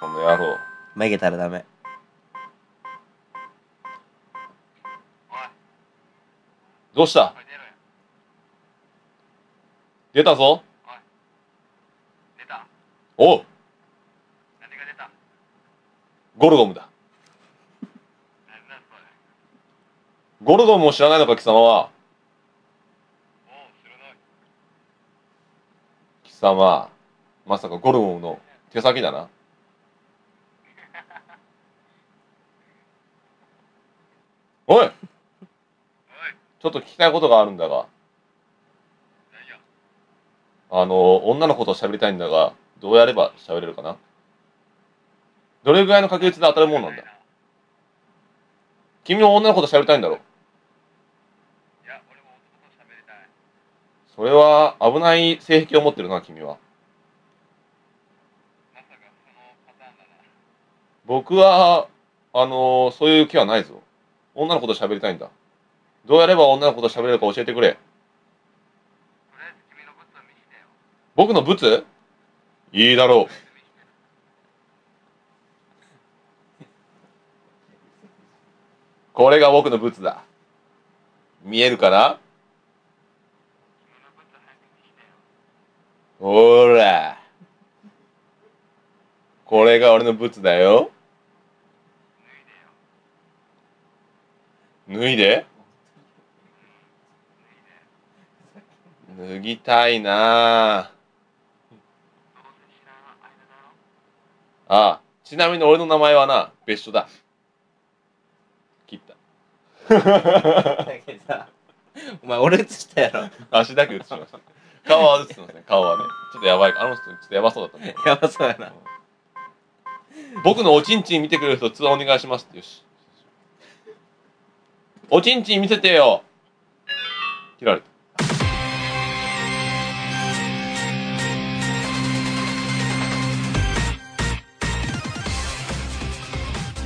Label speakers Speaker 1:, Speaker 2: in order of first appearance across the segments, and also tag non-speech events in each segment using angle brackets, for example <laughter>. Speaker 1: この野郎
Speaker 2: めげたらダメ
Speaker 1: どうした出たぞ
Speaker 3: 出た
Speaker 1: おう
Speaker 3: 何が出た
Speaker 1: ゴルゴムだ
Speaker 3: 何なんそれ
Speaker 1: ゴルゴムを知らないのか貴様は
Speaker 3: おう鋭い
Speaker 1: 貴様まさかゴルゴムの手先だ
Speaker 3: <laughs>
Speaker 1: なお
Speaker 3: お
Speaker 1: い
Speaker 3: い
Speaker 1: ちょっと聞きたいことがあるんだが
Speaker 3: 何や
Speaker 1: あの女の子と喋りたいんだがどうやれば喋れるかなどれぐらいの確率で当たるもんなんだ君も女の子と喋りたいんだろ
Speaker 3: いや俺も男と喋りたい
Speaker 1: それは危ない性癖を持ってるな君は
Speaker 3: まさかそのパターンだな
Speaker 1: 僕はあのそういう気はないぞ女の子と喋りたいんだどうやれば女の子と喋れるか教えてくれ
Speaker 3: とりあえず君のブツを見に来てよ
Speaker 1: 僕のブツいいだろう。これが僕のブツだ。見えるかな
Speaker 3: 君のブツ早く見に来てよ
Speaker 1: ほーら。これが俺のブツだよ。
Speaker 3: 脱いでよ
Speaker 1: 脱い
Speaker 3: 脱
Speaker 1: で。
Speaker 3: いで
Speaker 1: 脱ぎたいなあ
Speaker 3: どうせ知らん間だろ
Speaker 1: ああ、ちなみに俺の名前はな、別所だ。切った。
Speaker 2: だけどさお前俺映したやろ
Speaker 1: <laughs> 足だけ映しました。顔は映ってません、顔はね。ちょっとやばい。あの人、ちょっとやばそうだったね。
Speaker 2: やばそうやな
Speaker 1: <laughs> 僕のおちんちん見てくれる人通話お願いしますってよしおちんちん見せてよ切られた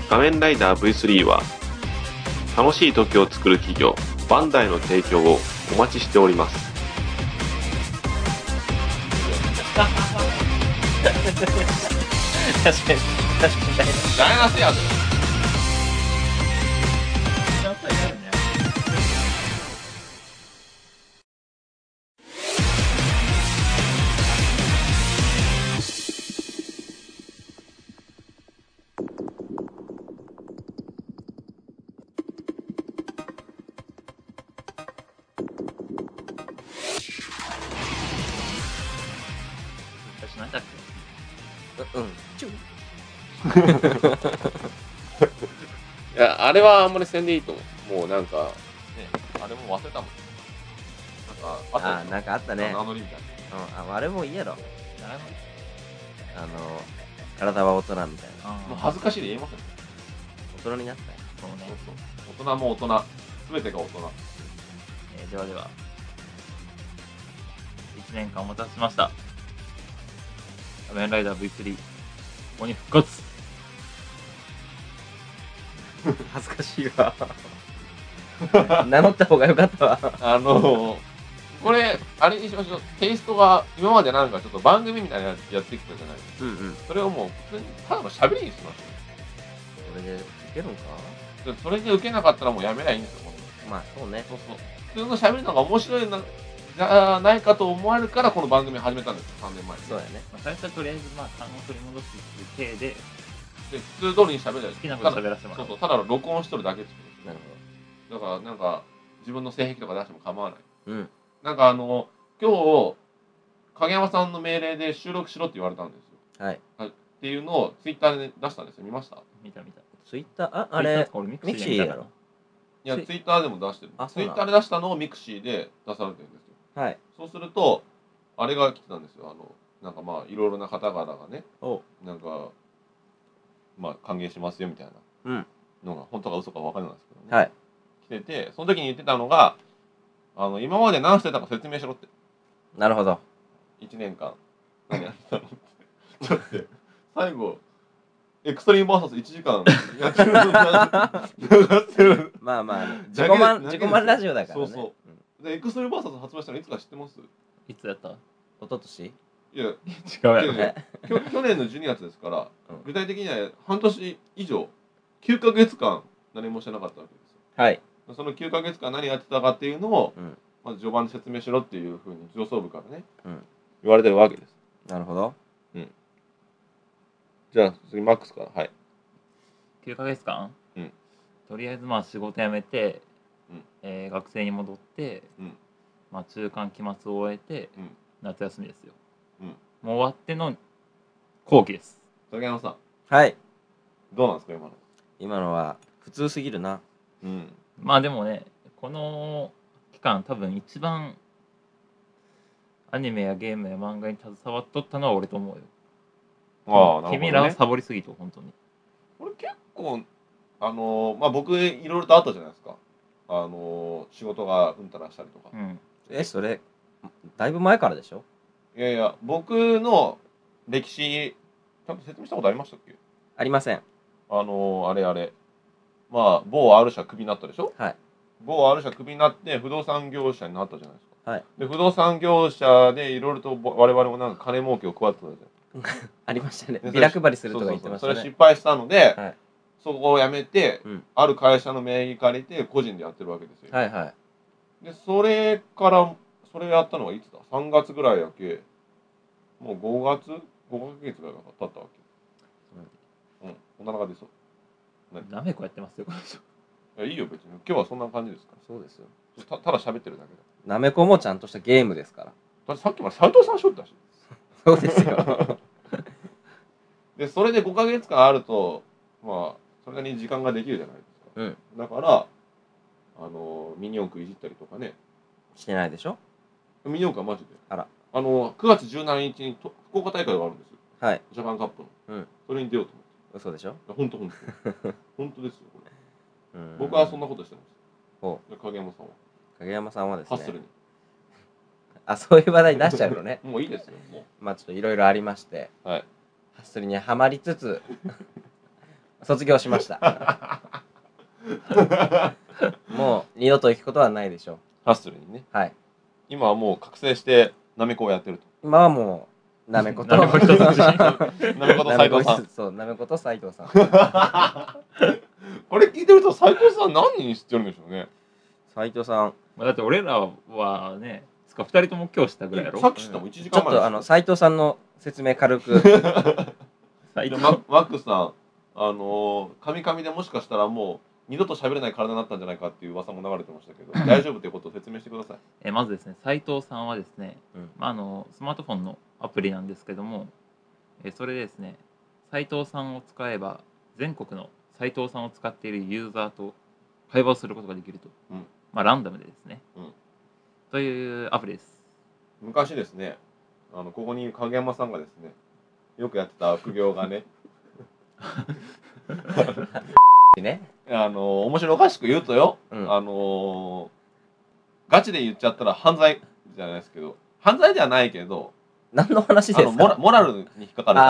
Speaker 4: 仮面ライダー V3 は楽しい時を作る企業バンダイの提供をお待ちしております
Speaker 2: 確かに確かに大丈
Speaker 1: 誰がせやぞ
Speaker 5: 私なんだっけ
Speaker 2: 夫うん
Speaker 4: いやあれはあんまりせんでいいと思うもうなんか
Speaker 1: ねあれもう忘れたもんなんか
Speaker 2: あーなんかあったね
Speaker 1: あのあのリーダー
Speaker 2: うん、ああれもいいやろ
Speaker 5: あれも
Speaker 2: あの体は大人みたいな
Speaker 5: あー
Speaker 1: もう恥ずかしいで言えません
Speaker 2: 大人になったよ、
Speaker 5: そうね、
Speaker 1: 大人も大人全てが
Speaker 4: <laughs>
Speaker 1: 大人
Speaker 5: えーではでは1年間お待たせしました仮面ライダー V3 鬼復活
Speaker 2: 恥ずかしいわ <laughs> 名乗った方が良かったわ
Speaker 1: あのこれあれにしましょうテイストが今までなんかちょっと番組みたいなやつやってきたじゃない
Speaker 2: うんうん
Speaker 1: それをもう普通にただの喋りにしまし
Speaker 2: これでいけるのか
Speaker 1: ょうでそれで受けなかったらもうやめりゃいいんですよこの
Speaker 2: まあそうね
Speaker 1: そうそう。普通の喋るのが面白いな、じゃないかと思われるから、この番組始めたんですよ、3年前に。
Speaker 2: そうやね
Speaker 5: まあ最初はとりあえずまあ勘を取り戻すっていう体で
Speaker 1: で、普通通りに喋るじゃない
Speaker 5: 好
Speaker 1: です
Speaker 5: きな
Speaker 1: か。
Speaker 5: こ
Speaker 1: た
Speaker 5: と
Speaker 1: だ
Speaker 5: 喋らせても
Speaker 1: そ
Speaker 5: ら
Speaker 1: う
Speaker 5: う
Speaker 1: そう、ただ録音しとるだけですよ
Speaker 2: なる
Speaker 1: だから、なんか、自分の性癖とか出しても構わない。
Speaker 2: ほどうん
Speaker 1: なんか、あの、今日、影山さんの命令で収録しろって言われたんですよ。
Speaker 2: はい
Speaker 1: っていうのをツイッターで出したんですよ。見ました
Speaker 5: 見た見た
Speaker 2: ツイッターああれ
Speaker 5: これミ
Speaker 2: ミ
Speaker 5: ク
Speaker 2: ク
Speaker 5: シ
Speaker 2: シ
Speaker 5: ーで
Speaker 2: ー
Speaker 5: 見た
Speaker 2: や
Speaker 5: か
Speaker 2: ろ
Speaker 1: いや、
Speaker 2: ツイ
Speaker 1: ツイッターでも出してる
Speaker 2: あ。
Speaker 1: ツ
Speaker 2: そ
Speaker 1: イ
Speaker 2: うな
Speaker 1: ッ
Speaker 2: の
Speaker 1: ターで出したのをミクシーで出されてるんですよ。
Speaker 2: はい
Speaker 1: そうすると、あれが来てたんですよ。あの、なんかまあ、いろいろな方々がね、
Speaker 2: おう
Speaker 1: なんか、まあ、歓迎しますよみたい
Speaker 2: うん
Speaker 1: なのが、本当か嘘か分からないですけどね。
Speaker 2: はい
Speaker 1: 来てて、その時に言ってたのが、あの、今まで何してたか説明しろって、
Speaker 2: なるほど
Speaker 1: 1年間。何やってたのって。だって、最後、エクストリーム VS1 時
Speaker 2: <laughs>
Speaker 1: 間やってるのが流してる。
Speaker 2: まあま <laughs> あ
Speaker 1: ジ
Speaker 2: 自
Speaker 1: ャ
Speaker 2: 己
Speaker 1: ケ
Speaker 2: 満
Speaker 1: ジャケ
Speaker 2: 自己満ラジオだからね
Speaker 1: そうそう
Speaker 2: うん
Speaker 1: で、エクストリーム VS 発売したのいつか知ってます
Speaker 5: いつやった
Speaker 2: 一昨年
Speaker 1: いや、
Speaker 5: 違うや
Speaker 1: いや
Speaker 5: ろ
Speaker 1: い。やきょ去年の12月ですから、
Speaker 2: うん
Speaker 1: 具体的には半年以上、9ヶ月間何もしてなかったわけですよ。
Speaker 2: はい。
Speaker 1: その9ヶ月間何やってたかっていうのを、
Speaker 2: うん
Speaker 1: まず序盤で説明しろっていうふうに上層部からね、
Speaker 2: うん
Speaker 1: 言われてるわけです。
Speaker 2: なるほど。
Speaker 1: じゃあ次マックスからはい。
Speaker 5: 9ヶ月間、
Speaker 1: うん
Speaker 5: とりあえずまあ仕事辞めて、
Speaker 1: うん
Speaker 5: えー学生に戻って、
Speaker 1: うん
Speaker 5: まあ、中間期末を終えて、
Speaker 1: うん
Speaker 5: 夏休みですよ、
Speaker 1: うん
Speaker 5: もう終わっての後期です
Speaker 1: 竹山さん
Speaker 2: はい。
Speaker 1: どうなんですか今の。
Speaker 2: 今のは普通すぎるな。
Speaker 1: うん。
Speaker 5: まあでもねこの期間多分一番アニメやゲームや漫画に携わっとったのは俺と思うよ
Speaker 1: ああなるほど、ね。
Speaker 5: 君らはサボりすぎと本当に
Speaker 1: これ結構あのーまあ僕いろいろとあったじゃないですか。あのー仕事がうんたらしたりとか。
Speaker 5: うん
Speaker 2: え、それ、だいぶ前からでしょ
Speaker 1: いやいや僕の歴史多分説明したことありましたっけ？
Speaker 2: ありません。
Speaker 1: あのーあれあれまあ某 R 社クビになったでしょ？
Speaker 2: はい。
Speaker 1: 某 R 社クビになって不動産業者になったじゃないですか。
Speaker 2: はい。
Speaker 1: で不動産業者でいろいろと我々もなんか金儲けを加わってたじゃん。
Speaker 2: ありましたね
Speaker 1: で。そ
Speaker 2: ビ
Speaker 1: れ
Speaker 2: ラ配りするとか言ってました
Speaker 1: そうそうそうそれ
Speaker 2: ね。
Speaker 1: 失敗したので、
Speaker 2: はい
Speaker 1: そこをやめて、
Speaker 2: うん
Speaker 1: ある会社の名義借りて個人でやってるわけですよ、
Speaker 2: はいはい。
Speaker 1: でそれからそれやったのはいつだ3月ぐらいだけもう5月5ヶ月ぐらいが経ったわけうんこんな中でそう
Speaker 5: なめこやってますよこの人
Speaker 1: いやいいよ別に今日はそんな感じですか
Speaker 2: そうですよ。
Speaker 1: らたただ喋ってるだけだ
Speaker 2: なめこもちゃんとしたゲームですか
Speaker 1: だ
Speaker 2: ら。
Speaker 1: ってさっきまで斎藤さんしょったし
Speaker 2: そうです <laughs> よ。
Speaker 1: でそれで5ヶ月間あるとまあそれなりに時間ができるじゃないですか、
Speaker 2: うん
Speaker 1: だからあのミニ四駆いじったりとかね
Speaker 2: してないでしょ
Speaker 1: ミニ四駆はマジで
Speaker 2: あら
Speaker 1: あの9月17日にと福岡大会があるんですよ
Speaker 2: はい。
Speaker 1: ジャパンカップの、
Speaker 2: うん
Speaker 1: それに出ようと思って
Speaker 2: 嘘でしょ
Speaker 1: いや本当本当
Speaker 2: <laughs>
Speaker 1: 本当ですよこれ
Speaker 2: うん
Speaker 1: 僕はそんなことしてま
Speaker 2: ほ
Speaker 1: したで影山さんは
Speaker 2: 影山さんはです
Speaker 1: ハッスル
Speaker 2: ね
Speaker 1: に、
Speaker 2: あそういう話題出しちゃうのね <laughs>
Speaker 1: もういいですよも
Speaker 2: まあちょっといろいろありまして
Speaker 1: うはい
Speaker 2: ハッスルにはまりつつ <laughs> 卒業しました
Speaker 1: <laughs>
Speaker 2: もう二度と行くことはないでしょ
Speaker 1: ハッスルにね
Speaker 2: うはい
Speaker 1: 今はもう覚醒してなめこをやってる
Speaker 2: 今はもうなめこと
Speaker 5: なめこ一つ
Speaker 2: <laughs>
Speaker 5: に
Speaker 1: となめこと斎藤さ
Speaker 2: なめこ一
Speaker 1: ん
Speaker 2: つそうなめこと斎藤さん
Speaker 1: これ聞いてると斎藤さん何人知ってるんでしょう
Speaker 2: <laughs>
Speaker 1: ね
Speaker 2: 斎藤さん
Speaker 5: <laughs> まあだって俺らはねつか2人とも今日したぐらいやろ
Speaker 1: さっき知ったもん1時間
Speaker 2: ちょっ
Speaker 1: 前
Speaker 2: とあの斎藤さんの説明軽く
Speaker 5: 最
Speaker 1: で
Speaker 5: 近
Speaker 1: ママックスさんあのーカミカミでもしかしたらもう二度と喋れない体になったんじゃないかっていう噂も流れてました
Speaker 2: <laughs>
Speaker 1: けど大丈夫ということを説明してください
Speaker 5: えーまずですね斉藤さんはですね、
Speaker 2: うん
Speaker 5: まあ、あのスマートフォンのアプリなんですけども、えーそれでですね斉藤さんを使えば全国の斉藤さんを使っているユーザーと会話をすることができると、
Speaker 1: うん
Speaker 5: まあ、ランダムでですね、
Speaker 1: うん
Speaker 5: というアプリです
Speaker 1: 昔ですねあのここにいる影山さんがですねよくやってた悪行がね <laughs>
Speaker 2: ね
Speaker 1: あの面白おかしく言うとよ、
Speaker 2: うん
Speaker 1: あのガチで言っちゃったら犯罪じゃないですけど犯罪ではないけど
Speaker 2: 何の話
Speaker 1: あ
Speaker 2: で
Speaker 1: の
Speaker 2: す
Speaker 1: モラ
Speaker 2: か
Speaker 1: モラルに引っかかる
Speaker 2: あ
Speaker 1: か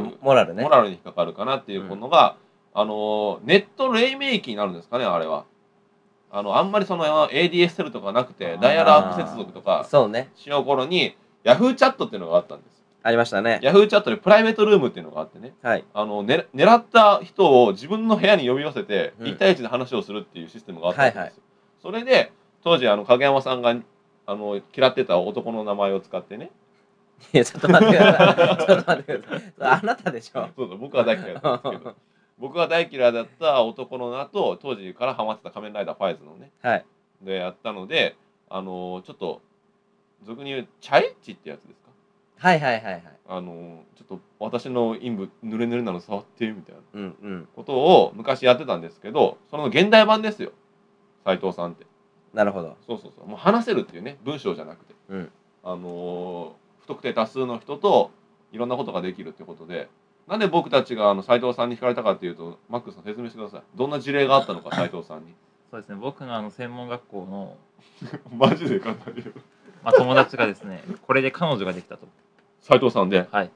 Speaker 1: なってい
Speaker 2: ー
Speaker 1: う
Speaker 2: モラルね
Speaker 1: モラルに引っかかるかなっていうものが、あのーネット黎明期になるんですかねあれはあのあんまりその ADSL とかなく
Speaker 5: あ
Speaker 1: て
Speaker 5: ー
Speaker 1: ダイヤルアップ接続とか
Speaker 2: そうね
Speaker 1: しよう頃に Yahoo チャットっていうのがあったんです
Speaker 2: ありましたね
Speaker 1: Yahoo チャットでプライベートルームっていうのがあってね
Speaker 2: はい <laughs>
Speaker 1: あの、ね、狙った人を自分の部屋に呼び寄せて
Speaker 2: うん
Speaker 1: 1対1で話をするっていうシステムがあったんですよ、
Speaker 2: はいはい
Speaker 1: それで当時あの影山さんがあの嫌ってた男の名前を使ってね
Speaker 2: いや、ちょっと待ってください。ちょっと待ってください。あなたでしょ。
Speaker 1: そうそう僕は大嫌いだったんですけど僕が大嫌いだった男の名と当時からハマってた仮面ライダーファイズのね
Speaker 2: はい。
Speaker 1: でやったのであのーちょっと俗に言うチャイッチってやつですか
Speaker 2: はいはいはいはい。
Speaker 1: あのーちょっと私の陰部ぬれぬれなの触ってみたいな
Speaker 2: うんうん。
Speaker 1: ことを昔やってたんですけどその現代版ですよ斎藤さんって
Speaker 2: なるほど。
Speaker 1: そうそうそうもう話せるっていうね文章じゃなくて、
Speaker 2: うん
Speaker 1: あのー不特定多数の人といろんなことができるってことでなんで僕たちがあの斉藤さんに惹かれたかっていうとマックスさん説明してくださいどんな事例があったの <laughs> か斉藤さんに
Speaker 5: そうですね僕のあの専門学校の、
Speaker 1: マジで語れる
Speaker 5: まあ、友達がですね <laughs> これで彼女ができたと
Speaker 1: 斉藤さんで
Speaker 5: はい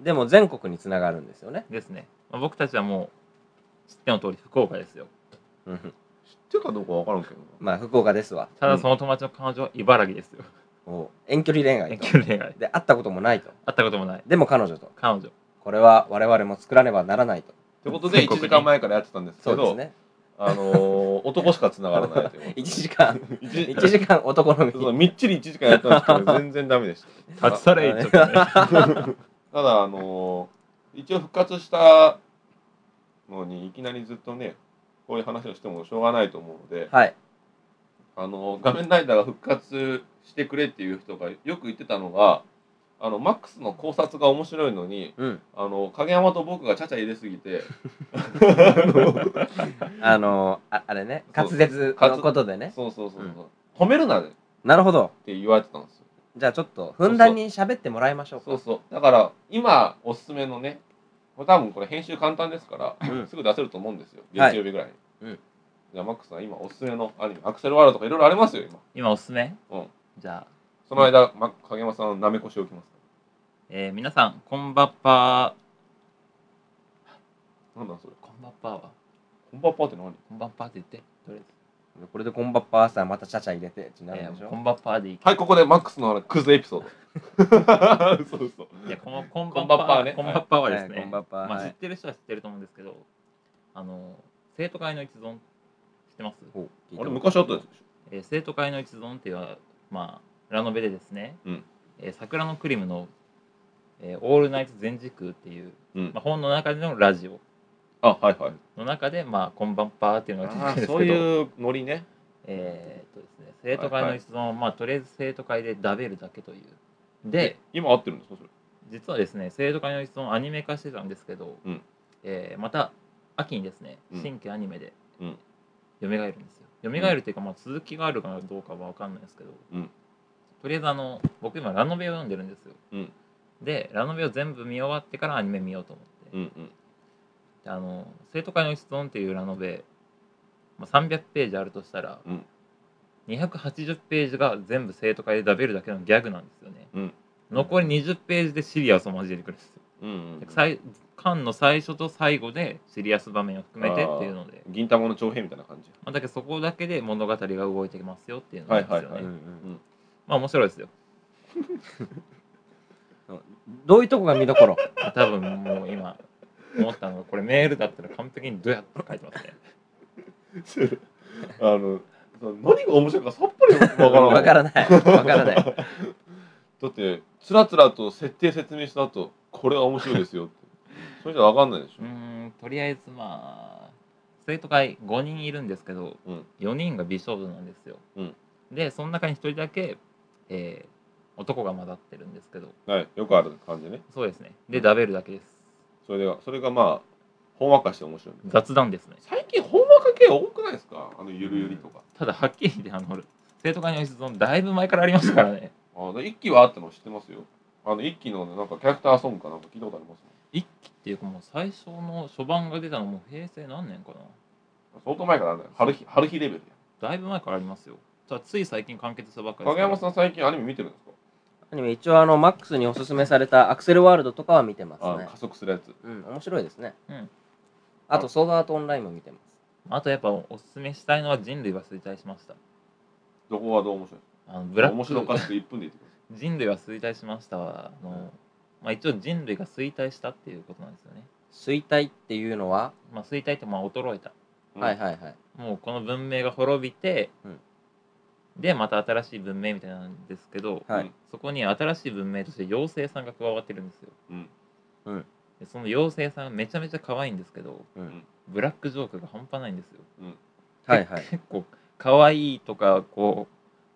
Speaker 2: でも全国につながるんですよね。
Speaker 5: ですね、まあ、僕たちはもう知っての通り福岡ですよ
Speaker 2: うん
Speaker 1: 知ってるかどうか分からんけど
Speaker 2: まあ、福岡ですわ。
Speaker 5: ただその友達の彼女は茨城ですよ、
Speaker 2: おおう遠距離恋愛
Speaker 5: 遠
Speaker 2: と
Speaker 5: <laughs> 距離恋愛。
Speaker 2: で会ったこともないと
Speaker 5: 会ったこともない。
Speaker 2: でも彼女と
Speaker 5: 彼女。っ
Speaker 2: これは我々も作らねばならないと
Speaker 1: てことで、
Speaker 5: 全
Speaker 1: 1
Speaker 5: 国に
Speaker 1: 時間前からやってたんですけ
Speaker 2: そうです
Speaker 1: ど、
Speaker 2: ね
Speaker 1: あの <laughs> ー男しか繋がらないという。
Speaker 2: 1時間
Speaker 1: 一時
Speaker 2: 1時間男の
Speaker 1: <laughs>
Speaker 2: み
Speaker 1: そうみっちり1時間やったんですけど、全然ダメで <laughs> した。
Speaker 5: 立ち去れ、ちょっとね。
Speaker 1: ただ、あのー一応復活したのに、いきなりずっとね、こういう話をしてもしょうがないと思うので、
Speaker 2: <laughs> はい
Speaker 1: あのー、仮面ライダーが復活してくれっていう人がよく言ってたのが、あの、マックスの考察が面白いのに、
Speaker 2: うん
Speaker 1: あの、影山と僕がちゃちゃ入れすぎて、
Speaker 2: あのああれね
Speaker 1: そう
Speaker 2: 滑舌のことでね
Speaker 1: そうそうそうそう、
Speaker 2: うん
Speaker 1: 褒めるなって
Speaker 2: なるほど
Speaker 1: 言われてたんですよ。
Speaker 2: じゃあちょっとふんだんに喋ってもらいましょうか
Speaker 1: そうそう。だから、今おすすめのね、これ多分これ編集簡単ですから、
Speaker 2: うん
Speaker 1: すぐ出せると思うんですよ。
Speaker 2: はい
Speaker 1: 月曜日ぐらいに。
Speaker 2: うん
Speaker 1: じゃあ、マックスさん、今おすすめのアニメ、アクセルワールドとかいろいろありますよ、今。
Speaker 5: 今おすすめ
Speaker 1: うん
Speaker 5: じゃあ、
Speaker 1: その間、マック影山さん、なめこしを置きます。
Speaker 5: えー皆さん、こんばっぱ
Speaker 1: なんだそれ。
Speaker 5: ー。こんばっぱーは
Speaker 1: コンバッパーって何
Speaker 5: こんばっぱーって言って。とりあ
Speaker 2: これでコンバッパーさんまたちゃちゃ入れてってな
Speaker 5: え
Speaker 2: るんで
Speaker 5: ずい
Speaker 2: し
Speaker 5: や
Speaker 2: ょ
Speaker 5: こんばっぱーでいい。
Speaker 1: はい、ここでマックスのあのクズエピソード。そうそう。
Speaker 5: いや、このこん
Speaker 1: こんば
Speaker 5: ば
Speaker 1: っ
Speaker 5: っ
Speaker 1: ぱ
Speaker 5: ぱ
Speaker 1: ーね
Speaker 5: ーね。こんばっぱーはです
Speaker 2: はい
Speaker 5: ね
Speaker 2: こんばっぱー
Speaker 5: まあ
Speaker 2: はい
Speaker 5: 知ってる人は知ってると思うんですけど、あの、生徒会の一存、知ってます
Speaker 2: お聞いても
Speaker 1: 俺、昔あったやつでし
Speaker 5: えー生徒会の一存っていうのは、まあ、ラノベでですね、
Speaker 1: うん
Speaker 5: えー桜のクリムの、えーオールナイト全時空っていう、
Speaker 1: うん
Speaker 5: まあ、本の中でのラジオ
Speaker 1: ょ。あ、はいはい。
Speaker 5: の中で、まあ、こんばんぱーっていうのが出てくるんですけど、
Speaker 1: そういうノリね。
Speaker 5: えーっとですね、生徒会の一存は、まあ、とりあえず生徒会でダベるだけという。で、
Speaker 1: 今合ってるんですか、それ。
Speaker 5: 実はですね、生徒会の一存をアニメ化してたんですけど、
Speaker 1: うん
Speaker 5: えーまた秋にですね
Speaker 1: うん、
Speaker 5: 新規アニメで、
Speaker 1: うん
Speaker 5: 蘇るんですよ。蘇るというか、まあ、続きがあるかどうかは分かんないですけど、
Speaker 1: うん
Speaker 5: とりあえずあの、僕今、ラノベを読んでるんですよ。
Speaker 1: うん
Speaker 5: で、ラノベを全部見終わってからアニメ見ようと思って、
Speaker 1: うんうん。
Speaker 5: であの生徒会の質問っていうラノベ、まあ、300ページあるとしたら、
Speaker 1: うん
Speaker 5: 280ページが全部生徒会で食べるだけのギャグなんですよね、
Speaker 1: うん
Speaker 5: 残り20ページでシリアスを交えてくるんですよ、
Speaker 1: うんうん
Speaker 5: で最巻の最初と最後でシリアス場面を含めてっていうので
Speaker 1: 銀玉の長編みたいな感じ。
Speaker 5: まあ、だけどそこだけで物語が動いてきますよっていうの
Speaker 1: は
Speaker 5: ないんですよね、
Speaker 1: はいはい
Speaker 2: うんうん
Speaker 5: まあ面白いですよ
Speaker 2: どういうとこが見どころ
Speaker 5: 多分もう今思ったのがこれメールだったら完璧にどうやって書いてますね
Speaker 1: あの、その何が面白いかさっぱりわからない。
Speaker 2: わからないわからない
Speaker 1: だってつらつらと設定説明した後これは面白いですよってそれじゃ分かんないでし
Speaker 5: うーんとりあえずまあ生徒会5人いるんですけど、
Speaker 1: うん
Speaker 5: 4人が美少女なんですよ、
Speaker 1: うん
Speaker 5: でその中に1人だけ、えー男が混ざってるんですけど
Speaker 1: ょはいよくある感じね
Speaker 5: そうですねでダベるだけです
Speaker 1: それでそれがまあほんわかして面白い
Speaker 5: 雑談ですね
Speaker 1: 最近ほんわか系多くないですかあのゆるゆりとか、
Speaker 5: ただはっきり言ってあの生徒会の一存だいぶ前からありましたからね
Speaker 1: あの一期はあったの知ってますよあの一期のなんかキャラクターソングかなんか聞いたことあります
Speaker 5: 一期っていうかもう最初の初版が出たのもう平成何年かな
Speaker 1: もん相当前からあるね春日春日レベル
Speaker 5: だいぶ前からありますよただつい最近完結したばっか
Speaker 1: や
Speaker 5: りで
Speaker 1: 影
Speaker 5: すけど
Speaker 1: 山さん最近アニメ見てるんですか
Speaker 2: アニメ一応あのマックスにおすすめされたアクセルワールドとかは見てま
Speaker 1: あの
Speaker 2: すね
Speaker 1: 加速するやつ
Speaker 2: うん面白いですね
Speaker 5: うん
Speaker 2: あとソードアートオンラインも見てます
Speaker 5: あとやっぱおすすめしたいのは人類は衰退しました
Speaker 1: どこはどう面白い
Speaker 5: あのブラック
Speaker 1: 面白おかしく1分で言ってくださ
Speaker 5: 人類は衰退しましたはあの、まあ、一応人類が衰退したっていうことなんですよね、
Speaker 2: 衰退っていうのは、
Speaker 5: まあ、衰退ってまあ衰えた
Speaker 1: い、
Speaker 2: はいはいはい
Speaker 5: もうこの文明が滅びて、
Speaker 2: うん
Speaker 5: でまた新しい文明みたいなんですけど、
Speaker 2: はい、
Speaker 1: うん
Speaker 5: そこに新しい文明として妖精さんが加わってるんですよ、
Speaker 1: うん
Speaker 2: うん
Speaker 5: でその妖精さんがめちゃめちゃ可愛いんですけど、
Speaker 2: うん
Speaker 5: ブラックジョークが半端ないんですよ
Speaker 2: はいはい
Speaker 5: 結構可愛いとかこ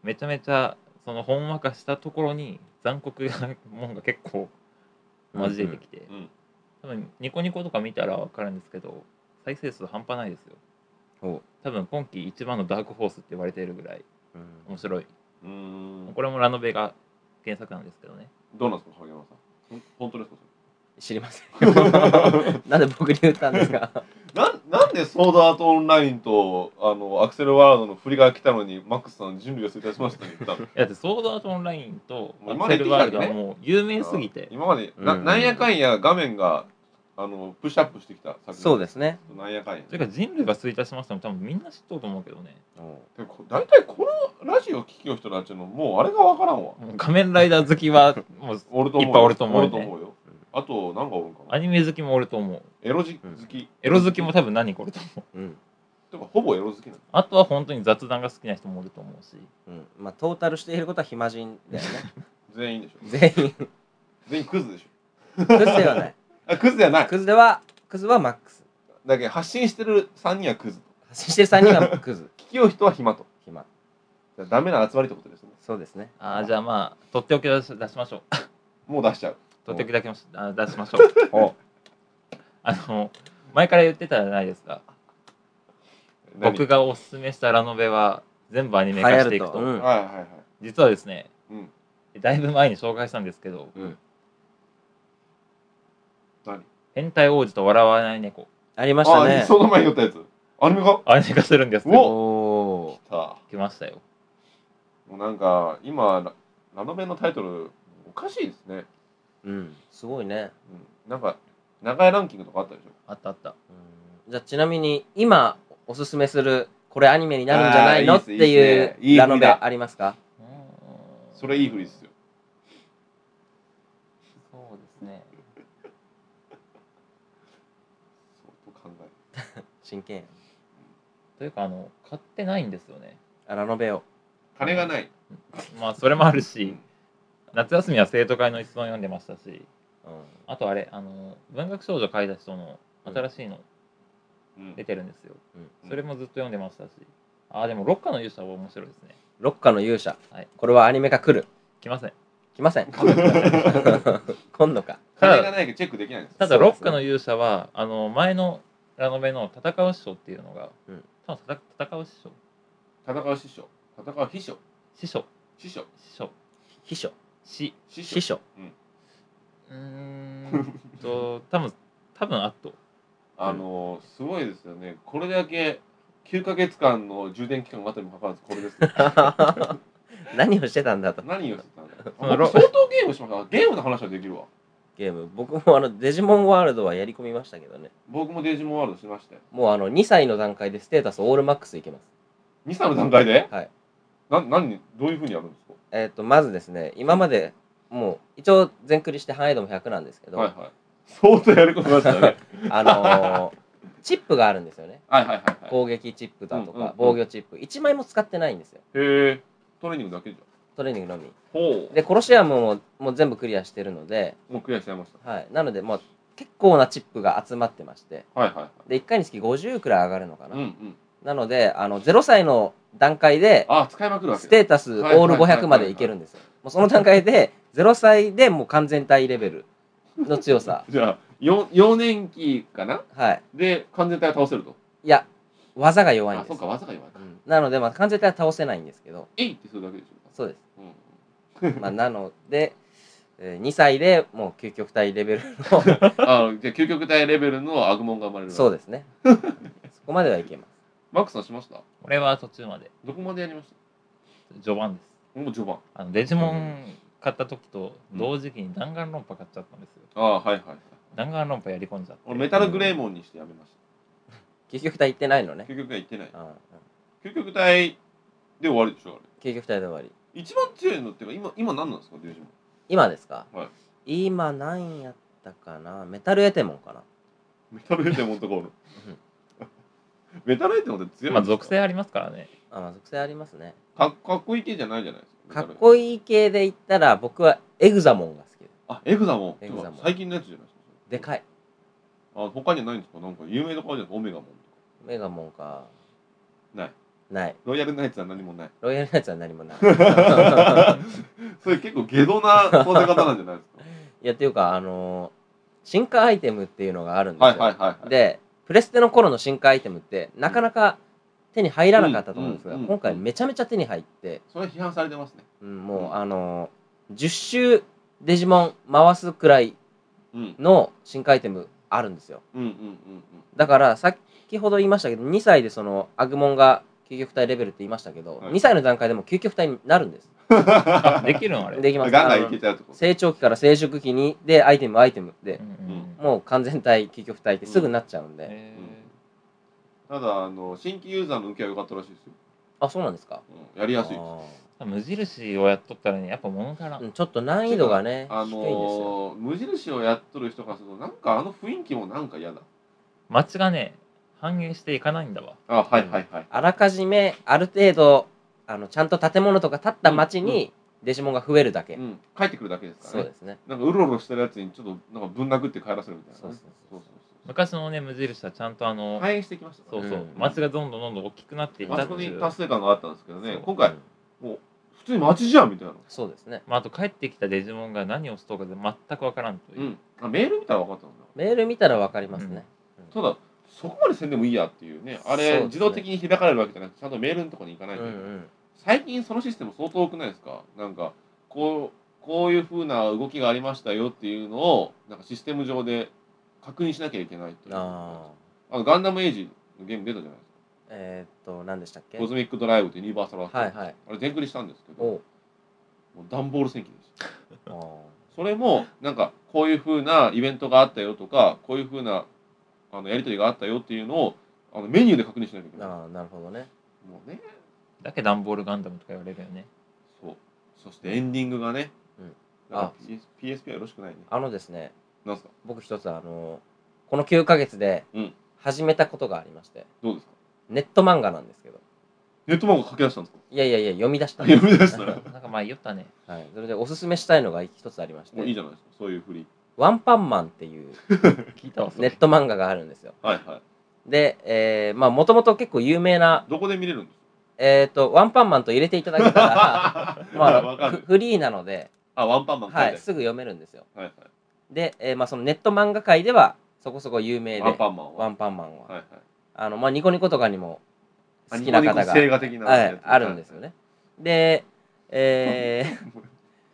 Speaker 5: うめちゃめちゃそのほんわかしたところに残酷なもんが結構交えてきて、
Speaker 1: うんうん
Speaker 5: 多分ニコニコとか見たら分かるんですけど再生数半端ないですよ
Speaker 2: おう
Speaker 5: 多分今季一番のダークホースって言われているぐらい
Speaker 2: うん
Speaker 5: 面白い、
Speaker 1: うーん
Speaker 5: これもラノベが原作なんですけどね
Speaker 1: どうなんですか影山さんほん本当ですかそれ
Speaker 2: 知りませんなん <laughs> で僕に言ったんですか
Speaker 1: なんなんでソードアートオンラインとあのアクセルワールドの振りが来たのにマックスさん人類が衰退しましたって言ったの
Speaker 5: いやだってソードアートオンラインと
Speaker 1: もう
Speaker 5: ア
Speaker 1: 今
Speaker 5: クセルワールド
Speaker 1: できたわけね
Speaker 5: はもう有名すぎて
Speaker 1: 今まで、な
Speaker 2: うん
Speaker 1: なんやかんや画面があのプッシュアップしてきた作品
Speaker 2: そうですね。
Speaker 1: すなんやかんや
Speaker 5: それから人類が衰退しましたも多分みんな知っとると思うけどね。
Speaker 1: でもこ大体このラジオ聴きよ人たちのもうあれがわからんわ
Speaker 5: もう仮面ライダー好きは、もう、
Speaker 1: 俺と思うよ
Speaker 5: いっぱい俺と思うよ
Speaker 1: 俺と思うよあと何がおるんか
Speaker 5: ア
Speaker 1: な
Speaker 5: ニメ好きも俺と思う。
Speaker 1: エロじ好き
Speaker 5: エロ好きも多分何これと思う。
Speaker 2: うん。
Speaker 1: てかほぼエロ好きなの
Speaker 5: あとは本当に雑談が好きな人もおると思うし。
Speaker 2: うん。まあ、トータルしていることは暇人だよね。 <laughs>
Speaker 1: 全員でしょ
Speaker 2: 全員。
Speaker 1: 全員クズでしょ
Speaker 2: クズではない。
Speaker 1: あクズじゃない
Speaker 2: クズでは、クズはマックス。
Speaker 1: だけど発信してる3人はクズ
Speaker 2: 発信してる3人はクズ。
Speaker 1: 聞きよう人は暇と
Speaker 2: 暇。
Speaker 1: ダメな集まりってことですね
Speaker 2: そうですね。
Speaker 5: ああ、じゃあまあ、とっておき出し出しましょう。
Speaker 1: もう出しちゃう
Speaker 5: とっておきだけましあ出しましょう。
Speaker 2: お
Speaker 5: あの、前から言ってたじゃないですか。
Speaker 1: 何
Speaker 5: 僕がおすすめしたラノベは全部アニメ化
Speaker 2: 流行
Speaker 5: してい
Speaker 2: る
Speaker 5: く
Speaker 2: と。
Speaker 5: と。
Speaker 2: うん。
Speaker 1: はいはいはい
Speaker 5: 実はですね、
Speaker 1: うん
Speaker 5: だいぶ前に紹介したんですけど、
Speaker 2: うん
Speaker 1: 何
Speaker 5: 変態王子と笑わない猫、
Speaker 2: ありましたね
Speaker 1: あ。その前に言ったやつアニメ化
Speaker 5: アニメ化するんですけ
Speaker 1: う
Speaker 5: ど、
Speaker 1: お
Speaker 2: お
Speaker 1: さあ
Speaker 5: 来ましたよ。
Speaker 1: もうなんか今ララノベのタイトルおかしいですね、
Speaker 2: ー。うん。すごいね。
Speaker 1: うん、なんか長屋ランキングとかあったでしょ
Speaker 5: あったあった。
Speaker 2: うんじゃあ、ちなみに、今、おすすめする、これアニメになるんじゃないの
Speaker 1: あーいいっ
Speaker 2: っ
Speaker 1: す
Speaker 2: ていう
Speaker 1: いいっすねいい振りだ
Speaker 2: ラノベありますか
Speaker 1: それいいふりですよ
Speaker 5: そうですね。
Speaker 1: そうと考え
Speaker 2: 真剣や
Speaker 5: というか、あの、買ってないんですよね。
Speaker 2: あラノベを。
Speaker 1: 金がない
Speaker 5: まあ、それもある
Speaker 1: う
Speaker 5: し
Speaker 1: ん、
Speaker 5: 夏休みは生徒会の一存読んでましたし、
Speaker 2: うん
Speaker 5: あとあれ、あの、文学少女書いた人の新しいの
Speaker 1: うん
Speaker 5: 出てるんですよ。
Speaker 1: うん
Speaker 5: それもずっと読んでましたし、ああ、でも、ロッカーの勇者は面白いですね。
Speaker 2: ロッカの勇者、
Speaker 5: はい
Speaker 2: これはアニメ化来る
Speaker 5: 来ません。
Speaker 2: 来ません <laughs> 今度か
Speaker 1: 金がないけどチェックできないんです
Speaker 5: た
Speaker 1: よ
Speaker 5: だ、ロッカの勇者は、あの、前のラノベの戦う師匠っていうのが、
Speaker 2: うん
Speaker 5: 多分戦戦う師匠
Speaker 1: 戦う師匠戦う秘書
Speaker 5: 師匠
Speaker 1: 師匠
Speaker 5: 師匠
Speaker 2: 秘書
Speaker 5: 師
Speaker 1: <laughs> 師匠
Speaker 2: 秘書 <laughs>
Speaker 5: うーんと、多分多分あっと。
Speaker 1: あのーすごいですよねこれだけ9ヶ月間の充電期間があったにもかかわらずこれですね
Speaker 2: <laughs> 何をしてたんだと
Speaker 1: 何をしてたんだ
Speaker 5: そのロ
Speaker 1: 僕相当ゲームしましたゲームの話はできるわ
Speaker 2: ゲーム僕もあのデジモンワールドはやり込みましたけどね
Speaker 1: 僕もデジモンワールドしましたよ
Speaker 2: もうあの2歳の段階でステータスオールマックスいけます
Speaker 1: 2歳の段階で
Speaker 2: はい
Speaker 1: な何どういうふうにやるんですか
Speaker 2: えっ、とまずですね今までもう一応全クリして半イ度も100なんですけど、
Speaker 1: はいはい相当やることになったよね
Speaker 2: あのーチップがあるんですよね
Speaker 1: はいはいはいはい
Speaker 2: 攻撃チップだと
Speaker 1: うんうんう
Speaker 2: か
Speaker 1: ん
Speaker 2: 防御チップ1枚も使ってないんですよ
Speaker 1: へえトレーニングだけじゃん
Speaker 2: トレーニングのみ
Speaker 1: ほ
Speaker 2: でコロシアムももう全部クリアしてるので
Speaker 1: うもうクリアしちゃいまし
Speaker 2: はい、なので、まあ、結構なチップが集まってまして
Speaker 1: たはいはいはい
Speaker 2: で1回につき50くらい上がるのかな、
Speaker 1: うんうん
Speaker 2: なのであの0歳の段階で
Speaker 1: あ使いまくるわけ
Speaker 2: ステータスオ
Speaker 1: は
Speaker 2: ール
Speaker 1: いはいはいはい
Speaker 2: 500までいけるんですよもうその段階で0歳でもう完全体レベルの
Speaker 1: <laughs>
Speaker 2: 強さ
Speaker 1: じゃあ 4, 4年期かな
Speaker 2: はい
Speaker 1: で完全体を倒せると
Speaker 2: いや技が弱いん
Speaker 1: あ
Speaker 2: で
Speaker 1: そ
Speaker 2: す
Speaker 1: っか技が弱いか
Speaker 2: うんなので、まあ、完全体は倒せないんですけど
Speaker 1: えいってするだけでしょ
Speaker 2: そうで
Speaker 1: うん
Speaker 2: す、まあ、なので、え2歳でもう究極体レベル
Speaker 1: <laughs> あじゃあ究極体レベルのアグモンが生まれる
Speaker 2: のそう
Speaker 1: です
Speaker 2: ですねそこまではいけます
Speaker 1: マックスはしました
Speaker 5: 俺は途中まで、
Speaker 1: どこまでやりまし
Speaker 5: 序盤です。
Speaker 1: たもう序盤
Speaker 5: あのデジモン買った時と同時期に弾丸論破買っちゃったんですよ。
Speaker 1: ああはいはいはい
Speaker 5: 弾丸論破やり込んじゃって。
Speaker 1: 俺メタルグレーモンにしてやめまし
Speaker 2: 究極体いってないの
Speaker 1: た
Speaker 2: ね、
Speaker 1: 究極体いってない
Speaker 2: うんうん、
Speaker 1: 究極体で終わりでしょあ
Speaker 2: 究極体で終わり
Speaker 1: れ一番強いのっていうか今今何なんですかデジモン
Speaker 2: 今ですか、
Speaker 1: は
Speaker 2: 今何やったかなメタルエテモンかな
Speaker 1: メタルエテモンとかおるメタルエテモンって強いんですか
Speaker 5: まあ属性ありますからね。
Speaker 2: あまあ属性ありますね
Speaker 1: かっかっこいい系じゃないじゃないですか
Speaker 2: かっこいい系で言ったら僕はエグザモンが好きで
Speaker 1: あエグザモン
Speaker 2: エグザモン
Speaker 1: 最近のやつじゃないですか
Speaker 2: でかい
Speaker 1: あ他にはないんですかなんか有名な顔じゃないですかオメガモンとか
Speaker 2: メガモンか
Speaker 1: ない
Speaker 2: ない
Speaker 1: ロイヤルナイツは何もない
Speaker 2: ロイヤルナイツは何
Speaker 1: <laughs>
Speaker 2: もない
Speaker 1: それ結構下戸な育て方なんじゃないですか
Speaker 2: いやっていうかあのー進化アイテムっていうのがあるんですよ、
Speaker 1: はいはいはいはい
Speaker 2: でプレステの頃の進化アイテムってなかなか手に入らなかったと思うんですが、
Speaker 1: うんうんうん
Speaker 2: 今回めちゃめちゃ手に入って、
Speaker 1: それ批判されてますね
Speaker 2: うん、もう、
Speaker 1: うん
Speaker 2: あのー10周デジモン回すくらい
Speaker 1: うん
Speaker 2: の新化アイテムあるんですよ
Speaker 1: うんうんうん
Speaker 2: だから先ほど言いましたけど2歳でそのアグモンが究極体レベルって言いましたけど、
Speaker 1: はい
Speaker 2: 2歳の段階でも究極体になるんです
Speaker 5: あできるんあれ。
Speaker 2: できま
Speaker 1: ガ
Speaker 2: す
Speaker 1: ンガンいけちゃうってこと
Speaker 2: 成長期から成熟期にでアイテムアイテムで
Speaker 5: うんうんうん
Speaker 2: もう完全体結局体ってすぐなっちゃうんで、
Speaker 5: え
Speaker 1: ただあの新規ユーザーの受けは良かったらしいですよ、
Speaker 2: あそうなんですか
Speaker 1: うん、やりやすいです
Speaker 2: あ
Speaker 5: ー無印をやっとったらね、やっぱ物から
Speaker 2: ーうんちょっと難易度がね低い
Speaker 1: あ
Speaker 2: んですよ
Speaker 1: のー無印をやっとる人からするとなんかあの雰囲気もなんか嫌だ
Speaker 5: 街がね、反映していかないんだわ。
Speaker 1: あはいはいはい、
Speaker 2: あらかじめある程度あのちゃんと建物とか建った町にデジモンが増えるだけ、
Speaker 1: うん、帰ってくるだけですか
Speaker 2: そ
Speaker 1: ら
Speaker 2: う
Speaker 1: ね
Speaker 2: ですね
Speaker 1: なんかうろうろしてるやつにちょっとなんかぶん殴って帰らせるみたいな、ね、
Speaker 2: そうそう
Speaker 1: そうそう
Speaker 5: 昔のね、無印はちゃんとあの、
Speaker 1: 反映してきました
Speaker 5: そう
Speaker 1: ね
Speaker 5: そう、
Speaker 2: うん
Speaker 5: 街がどんどんどんどん大きくなっていった
Speaker 1: あ
Speaker 5: っ
Speaker 1: そ
Speaker 5: て
Speaker 1: こ
Speaker 5: い
Speaker 1: に
Speaker 5: う。
Speaker 1: 達成感があったんですけどね
Speaker 5: そう
Speaker 1: 今
Speaker 2: う
Speaker 1: 回
Speaker 2: ん
Speaker 1: 普通に街じゃんみたいな
Speaker 2: そうですね
Speaker 5: まあ、あと帰ってきたデジモンが何をしとうかで全くわからんというう。
Speaker 1: んあメール見たら分かったんだ
Speaker 2: メール見たらわかりますね、
Speaker 1: ただそこまでせんでもいいやっていうねあ
Speaker 2: そうで
Speaker 1: れ
Speaker 2: すね
Speaker 1: 自動的に開かれるわけじゃなくてちゃんとメールのところに行かな
Speaker 2: う
Speaker 1: い
Speaker 2: ん
Speaker 1: と
Speaker 2: う
Speaker 1: い
Speaker 2: ん
Speaker 1: けない、最近そのシステム相当多くないですかなんかこうこういうふうな動きがありましたよっていうのをなんかシステム上で確認しなきゃいけないという
Speaker 2: ああ
Speaker 1: あのガンダムエイジのゲーム出たじゃないですか
Speaker 2: えー、っと何でしたっけ
Speaker 1: コズミックドライブとユニバーサルア
Speaker 2: はい
Speaker 1: い、
Speaker 2: はい
Speaker 1: あれ全クリしたんですけども
Speaker 2: お
Speaker 1: う段ボール戦記です
Speaker 2: あー
Speaker 1: それもなんかこういう風なイベントがあったよとかこういう風なあのやり取りがあったよっていうのをあのメニューで確認しなきゃいけない
Speaker 2: あーなるほどね
Speaker 1: もうね
Speaker 5: だけダンボールガンダムとか言われるよ <laughs> ね。
Speaker 1: そうそしてエンディングがね、
Speaker 2: うん
Speaker 1: なんか PS PSP はよろしくないね
Speaker 2: あのですね
Speaker 1: なんすか
Speaker 2: 僕一つあのこの9ヶ月で
Speaker 1: うん
Speaker 2: 始めたことがありまして、
Speaker 1: どうですか
Speaker 2: ネット漫画なんですけど
Speaker 1: ネットマンが書き出したんですか
Speaker 2: いやいや <laughs> いや読み出したんで
Speaker 1: 読
Speaker 2: す、
Speaker 1: み出したら
Speaker 5: なんかまあ言った <laughs> ね。
Speaker 2: はい、それでおすすめしたいのが一つありま
Speaker 1: <laughs>
Speaker 2: し
Speaker 1: もういい
Speaker 2: て
Speaker 1: じゃないですかそういう振り
Speaker 2: ワンパンマンっていう
Speaker 5: 聞いたわ、そ
Speaker 2: ネ
Speaker 5: れ
Speaker 2: ット漫画があるんですよ
Speaker 1: はいはい
Speaker 2: で、えー、まあもともと結構有名な
Speaker 1: どこで見れるんです
Speaker 2: えっ、とワンパンマンと入れていただけた
Speaker 1: <laughs>
Speaker 2: ら
Speaker 1: かわ
Speaker 2: <laughs> ま
Speaker 1: か
Speaker 2: あフ
Speaker 1: る
Speaker 2: フリーなので、
Speaker 1: あワンパンマン書いてあ
Speaker 2: は
Speaker 1: る
Speaker 2: い、すぐ読めるんですよ
Speaker 1: はい
Speaker 2: で、えーまあ、そのネット漫画界ではそこそこ有
Speaker 1: は
Speaker 2: 名
Speaker 1: い
Speaker 2: で
Speaker 1: ワンパンマンは
Speaker 2: ワンパンマンは、
Speaker 1: はいはい
Speaker 2: あのまあ、ニコニコとかにも
Speaker 1: あ
Speaker 2: 好きな
Speaker 1: ニコニ
Speaker 2: 方
Speaker 1: コ
Speaker 2: が、
Speaker 1: 星画的な
Speaker 2: は
Speaker 1: や
Speaker 2: い
Speaker 1: つ、
Speaker 2: あるんですよねで、えー
Speaker 1: <laughs>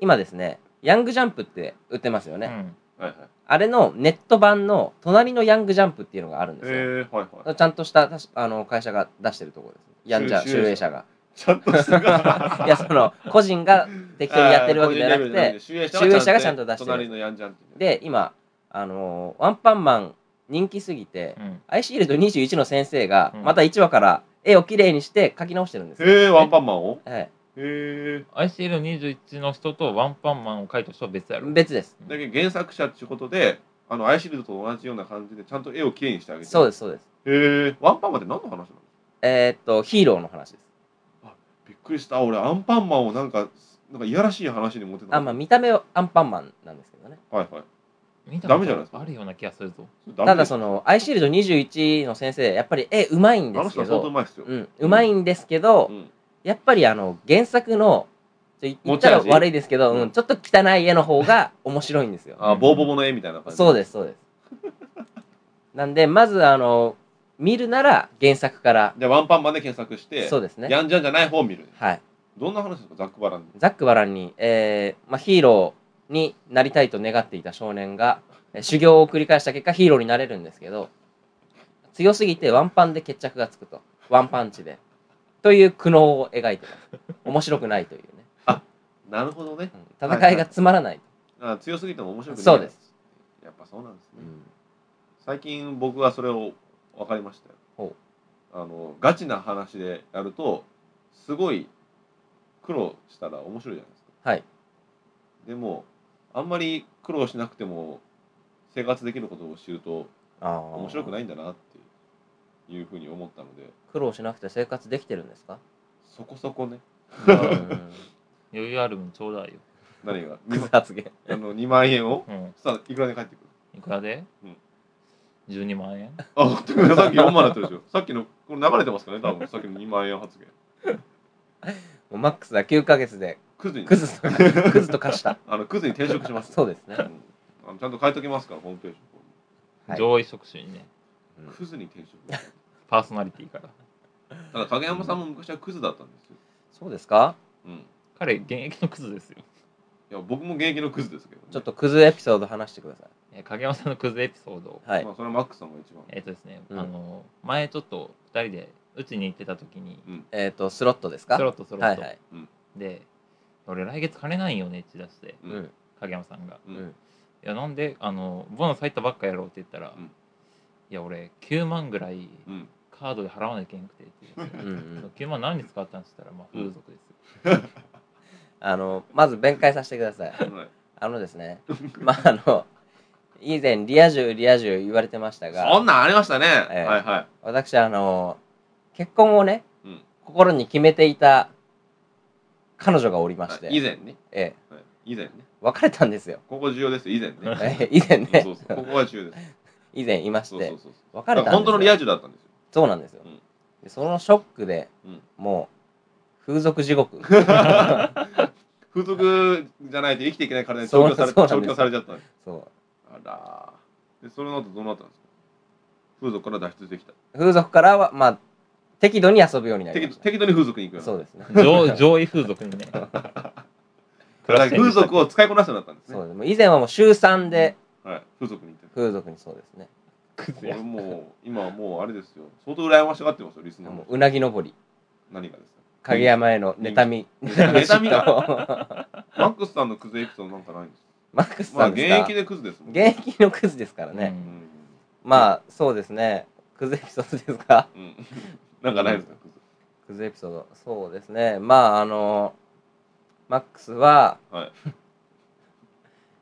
Speaker 2: 今ですね「ヤングジャンプ」って売ってますよね、
Speaker 5: うん。
Speaker 1: はいはい
Speaker 2: あれのネット版の「隣のヤングジャンプ」っていうのがあるんですよ、
Speaker 1: えー、はいはい
Speaker 2: ちゃんとしたたしあの会社が出してるところです。やんじゃ
Speaker 1: 集
Speaker 2: 集英社が。 <laughs>
Speaker 1: ちゃんとしてる
Speaker 2: いや、その、個人が適当にやってるわけじゃ
Speaker 1: <laughs>
Speaker 2: なくて、
Speaker 1: 集英
Speaker 2: 集英社がちゃんと出してる
Speaker 1: 隣のヤンジャンっていうね
Speaker 2: で、今、あのーワンパンマン人気すぎて、
Speaker 5: うん。
Speaker 2: アイシールド21の先生が
Speaker 5: う、ん
Speaker 2: また1話から絵をきれいにして描き直してるんですよ。
Speaker 1: へえワンパンマンを
Speaker 2: はい。
Speaker 1: へえ
Speaker 5: ICL21 の人とワンパンマンを書いた人は別やろ。
Speaker 2: 別です。
Speaker 1: だけど原作者っていうことであのアイシールドと同じような感じでちゃんと絵をきれいにしてあげて
Speaker 2: そう
Speaker 1: で
Speaker 2: です、そうです。
Speaker 1: すへえワンパンマンって何の話なの
Speaker 2: えーっと、ヒーローの話です。
Speaker 1: びっくりした俺アンパンマンをなんかなんかいやらしい話に持ってた
Speaker 2: あ、まあ、見た目はアンパンマンなんですけどね。
Speaker 1: はいはい
Speaker 5: 見た
Speaker 1: ダ
Speaker 5: こ
Speaker 1: メじゃ
Speaker 5: と
Speaker 1: ないですか
Speaker 5: あるような気がするぞ。
Speaker 1: それダメ
Speaker 2: ただ、
Speaker 1: です
Speaker 2: その、アイシールド21の先生、やっぱり絵うまいん
Speaker 1: あ
Speaker 2: で
Speaker 1: の
Speaker 2: す
Speaker 1: 人
Speaker 2: け
Speaker 1: は相当う
Speaker 2: ど、
Speaker 1: まいですよ、
Speaker 2: うん、うまいんですけど、
Speaker 1: うん
Speaker 2: やっぱりあの原作のちょい言
Speaker 1: 持
Speaker 2: っ
Speaker 1: ち
Speaker 2: た
Speaker 1: 味
Speaker 2: ら悪いですけど、
Speaker 1: うん
Speaker 2: うん、ちょっと汚い絵の方が面白いんですよ。
Speaker 1: あボーボボの絵みたいな感じ
Speaker 2: そう
Speaker 1: で
Speaker 2: ですそうです。 <laughs> なんでまずあの見るなら原作から
Speaker 1: じゃあワンパンマンで検索して
Speaker 2: そうですね。
Speaker 1: ヤンジャンじゃない方を見る
Speaker 2: はい。
Speaker 1: どんな話ですかザックバラン
Speaker 2: ザックバランに、えーまあ、ヒーローになりたいと願っていた少年がえー修行を繰り返した結果ヒーローになれるんですけど強すぎてワンパンで決着がつくとワンパンチでという苦悩を描いてます。面白くないというね。
Speaker 1: なるほどね
Speaker 2: うん戦いがつまらない。
Speaker 1: あ強すぎても面白くない
Speaker 2: そうです
Speaker 1: やっぱそうなんですね、
Speaker 2: うん
Speaker 1: 最近僕はそれを分かりましたよ
Speaker 2: ほ
Speaker 1: あのガチな話でやるとすごい苦労したら面白いじゃないですか
Speaker 2: はい
Speaker 1: でもあんまり苦労しなくても生活できることを知ると面
Speaker 2: 面
Speaker 1: 白くないんだなっていうふうに思ったので
Speaker 2: 苦労しなくて生活できてるんですか
Speaker 1: そこそこね
Speaker 2: <laughs> うん
Speaker 5: 余裕ある分ちょうだいよ。
Speaker 1: 何が
Speaker 2: クズ <laughs>
Speaker 1: 2,
Speaker 2: 発言
Speaker 1: あの2万円を
Speaker 5: うん。
Speaker 1: さあいくらで返ってくる
Speaker 5: いくらで、
Speaker 1: うん、
Speaker 5: ?12 万円
Speaker 1: あ、待ってくださいさっき4万だったでしょさっきのこれ流れてますかね多分さっきの2万円発言
Speaker 2: もうマックスが9ヶ月で
Speaker 1: クズに
Speaker 2: クズと
Speaker 1: <laughs>
Speaker 2: クズと化した
Speaker 1: あのクズに転職します
Speaker 2: そうですね
Speaker 1: う、んあのちゃんと変えときますからホームページの方に
Speaker 2: はい
Speaker 5: 上位職種にね、
Speaker 2: うん
Speaker 1: クズに転職
Speaker 5: パーソナリティから。
Speaker 1: ただ影山さんも昔はクズだったんですよ、
Speaker 2: そうですか
Speaker 1: うん、い
Speaker 5: 彼、現役のクズですよ。
Speaker 1: や僕も現役のクズですけどね、
Speaker 2: ちょっとクズエピソード話してくださ
Speaker 5: えー影山さんのクズエピソードを。
Speaker 2: いはい
Speaker 1: まあ、それはマックスさんが一番
Speaker 5: えっ、とですね、
Speaker 2: うん
Speaker 5: あの、前ちょっと2人でうちに行ってた時に、
Speaker 2: えっ、とスロットですか
Speaker 5: そろっとそろ
Speaker 2: は
Speaker 5: っ
Speaker 2: い
Speaker 5: と
Speaker 2: はい
Speaker 5: で俺来月金ないよねって言い出して
Speaker 1: う
Speaker 2: うん
Speaker 1: ん。
Speaker 5: 影山さんが
Speaker 1: うん
Speaker 2: うん
Speaker 5: 「いやなんであのボのサイトばっかやろう」って言ったら「
Speaker 1: うん
Speaker 5: いや俺9万ぐらい
Speaker 1: うん。
Speaker 5: カードで払わなきゃいけなくて」って言い出して
Speaker 2: うんうん
Speaker 5: 9万何に使ったんって言ったら、まあ、風俗ですよ。
Speaker 2: あのまず弁解させてください
Speaker 1: はい
Speaker 2: あのです
Speaker 1: <laughs>
Speaker 2: ねまああの以前リア充リア充言われてましたが
Speaker 1: そんなんありましたね。は
Speaker 2: ええ
Speaker 1: いは
Speaker 2: 私あの結婚をね、
Speaker 1: うん
Speaker 2: 心に決めていた彼女がおりまして、
Speaker 1: い。以前ね。
Speaker 2: ええ、
Speaker 1: はい以前ね。
Speaker 2: 別れたんですよ
Speaker 1: ここ重要ですよ。以前ね。
Speaker 2: <laughs> ええ以前ね
Speaker 1: そうそう。ここが重要です。
Speaker 2: <laughs> 以前いまし
Speaker 1: そうそ
Speaker 2: て
Speaker 1: うそう。
Speaker 2: 別
Speaker 1: だ
Speaker 2: れ
Speaker 1: から
Speaker 2: たんですよ
Speaker 1: 本当のリア充だったんですよ。
Speaker 2: そうなんですよ、
Speaker 1: うん
Speaker 2: でそのショックで、
Speaker 1: うん
Speaker 2: もう風俗
Speaker 1: <laughs>
Speaker 2: 地獄 <laughs>
Speaker 1: 風俗じゃないと生きていけない体に調教され
Speaker 2: そうそうな
Speaker 1: 調
Speaker 2: んです
Speaker 1: 教されちゃったんです。
Speaker 2: そ
Speaker 1: あらー。でその後どうなったんですか。風俗から脱出できた。
Speaker 2: う風俗からはまあ適度に遊ぶようになり
Speaker 1: 適
Speaker 2: まし
Speaker 1: 度
Speaker 2: た
Speaker 1: 適度に風俗に行くように
Speaker 2: そう
Speaker 1: なっ
Speaker 2: ですね
Speaker 5: 上上位風俗にね。
Speaker 1: た。だから風俗を使いこなすようになったんですね
Speaker 2: そ。うですもう以前はもう週3で
Speaker 1: はい。風俗に行ってる。
Speaker 2: 風俗にそうですね
Speaker 5: クズ
Speaker 1: 俺
Speaker 5: や。
Speaker 1: もう今はもうあれですよ。相当羨ましがってますよ。リスナー
Speaker 2: も
Speaker 1: も。
Speaker 2: ううなぎ登り
Speaker 1: 何がですか。
Speaker 2: 影山への妬み
Speaker 1: 妬み
Speaker 2: <laughs>
Speaker 1: が。
Speaker 2: が
Speaker 1: マックスさんのクズエピソードなんかないんですか
Speaker 2: マックス
Speaker 1: ま
Speaker 2: さ
Speaker 1: あ
Speaker 2: ん
Speaker 1: 現
Speaker 2: ですか、
Speaker 1: 役でクズですもん。
Speaker 2: 現役のクズですから
Speaker 5: う
Speaker 2: ね、
Speaker 1: うんん
Speaker 2: まあそうですねクズエピソードですか
Speaker 1: うん。なんかない
Speaker 2: <laughs>
Speaker 1: ですかクズ。
Speaker 2: クズエピソードそうですねまああのマックスは、
Speaker 1: はい
Speaker 2: <laughs>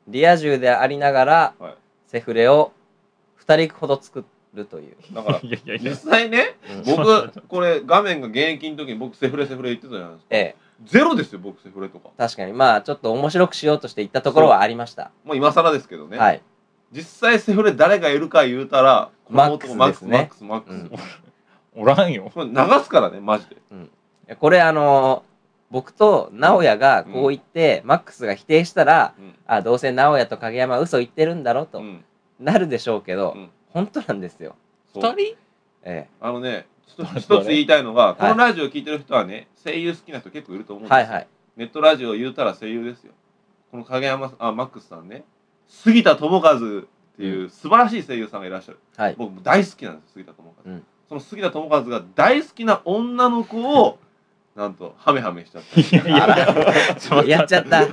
Speaker 2: リア充でありながら、
Speaker 1: はい
Speaker 2: セフレを2人ほど作るという、
Speaker 1: だから
Speaker 5: いやいやいや
Speaker 1: 実、際ね、
Speaker 2: うん
Speaker 1: 僕これ画面が現役の時に僕セフレセフレ言ってたじゃないですか。
Speaker 2: ええ
Speaker 1: ゼロですよ僕セフレとか。
Speaker 2: 確かにまあちょっと面白くしようとしていったところはありました、
Speaker 1: まあ今更ですけどね。
Speaker 2: はい
Speaker 1: 実際セフレ誰がいるか言うたらこの男マ
Speaker 2: マッ
Speaker 1: ック
Speaker 2: クス
Speaker 1: ス
Speaker 2: ですね
Speaker 1: マックスマック
Speaker 2: うん
Speaker 1: ス。
Speaker 5: おらんよ。
Speaker 1: これ流すからねマジで。
Speaker 2: これあの僕と直哉がこう言って、マックスが否定したら
Speaker 1: うん
Speaker 2: あどうせ直哉と影山は嘘言ってるんだろうと、
Speaker 1: うん。
Speaker 2: なるでしょうけど、
Speaker 1: うん
Speaker 2: 本当なんですよ
Speaker 1: そう
Speaker 5: 人
Speaker 2: え
Speaker 1: あのね。一つ
Speaker 5: 誰
Speaker 1: 一つ言いたいのが、
Speaker 2: い
Speaker 1: このラジオ聞いてる人はね、声優好きな人結構いると思う
Speaker 2: え
Speaker 1: んですよ。
Speaker 2: はいはい
Speaker 1: ネットラジオ言うたら声優ですよ。この影山さん、あ、マックスさんね。杉田智和っていう素晴らしい声優さんがいらっしゃる。
Speaker 2: はい
Speaker 1: 僕も大好きなんですよ、杉田智和。
Speaker 2: うん
Speaker 1: その杉田智和が大好きな女の子を、なんと、ハメハメしちゃった。
Speaker 5: いやいや、ちょっと待
Speaker 2: やっちゃった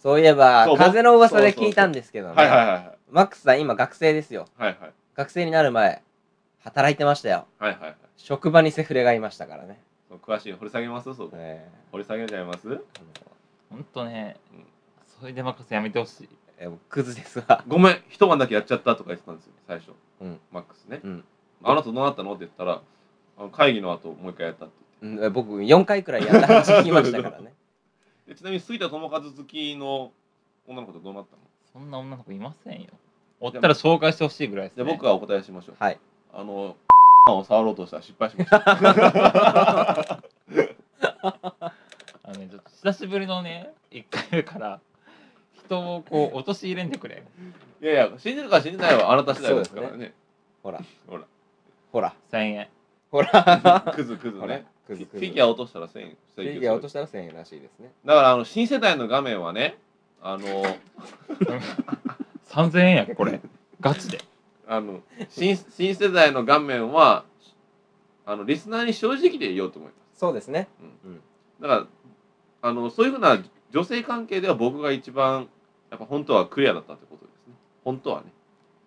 Speaker 2: そういえば
Speaker 1: そう僕
Speaker 2: 風の噂で聞いたんですけど <laughs> ね
Speaker 1: はいはいはいはい。
Speaker 2: マックスさん今学生ですよ
Speaker 1: はいはい。
Speaker 2: 学生になる前働いてましたよ
Speaker 1: はいはいはい。
Speaker 2: 職場にセフレがいましたからね、
Speaker 1: その詳しいの掘り下げますそこ。
Speaker 2: え
Speaker 1: 掘り下げちゃいます
Speaker 2: えあの
Speaker 5: ほんとね
Speaker 1: うん、
Speaker 5: それで任せやめてほしい。
Speaker 2: え僕クズですわ
Speaker 1: ごめん、一晩だけやっちゃったとか言ってたんですよ、最初。
Speaker 2: うん
Speaker 1: マックスね。
Speaker 2: うん
Speaker 1: あなたどうなったのって言ったら、あの会議の後もう一回やったって言って。
Speaker 2: うんえ僕4回くらいやった話聞きましたから
Speaker 1: <laughs>
Speaker 2: ね
Speaker 1: でちなみに杉田智和好きの女の子とどうなったの
Speaker 5: そんな女の子いませんよ。おったら紹介してほしいぐらいです
Speaker 1: じゃ
Speaker 5: ね。
Speaker 1: あ僕がお答えしましょう、
Speaker 2: はい
Speaker 1: あの <laughs> を触ろうとしたら失敗しました
Speaker 5: あのね、ちょっと久しぶりのね、1回目から、人をこう、陥れんでくれ。
Speaker 1: いやいや信じるか信じないはあなた次第ですから
Speaker 2: そう
Speaker 1: ね
Speaker 2: ほら
Speaker 1: ほら
Speaker 2: ほら
Speaker 5: 1000円。
Speaker 2: ほら
Speaker 1: クズクズ
Speaker 2: <laughs> ほら
Speaker 1: ね
Speaker 2: クズ
Speaker 1: フ
Speaker 2: クズ
Speaker 1: ィギュア落としたら1000円
Speaker 2: フ
Speaker 1: 請求す
Speaker 2: ィ
Speaker 1: る
Speaker 2: ギュア落としたら1000円らしいですね
Speaker 1: だからあの新世代の画面はねあの
Speaker 5: 3000円やけ、これ。ガチで。
Speaker 1: あの新 <laughs> 新世代の画面はあのリスナーに正直で言おうと思いま
Speaker 2: そうですね
Speaker 1: すだからあのそういうふうな女性関係では僕が一番やっぱ本当はクリアだったってことですね本当はね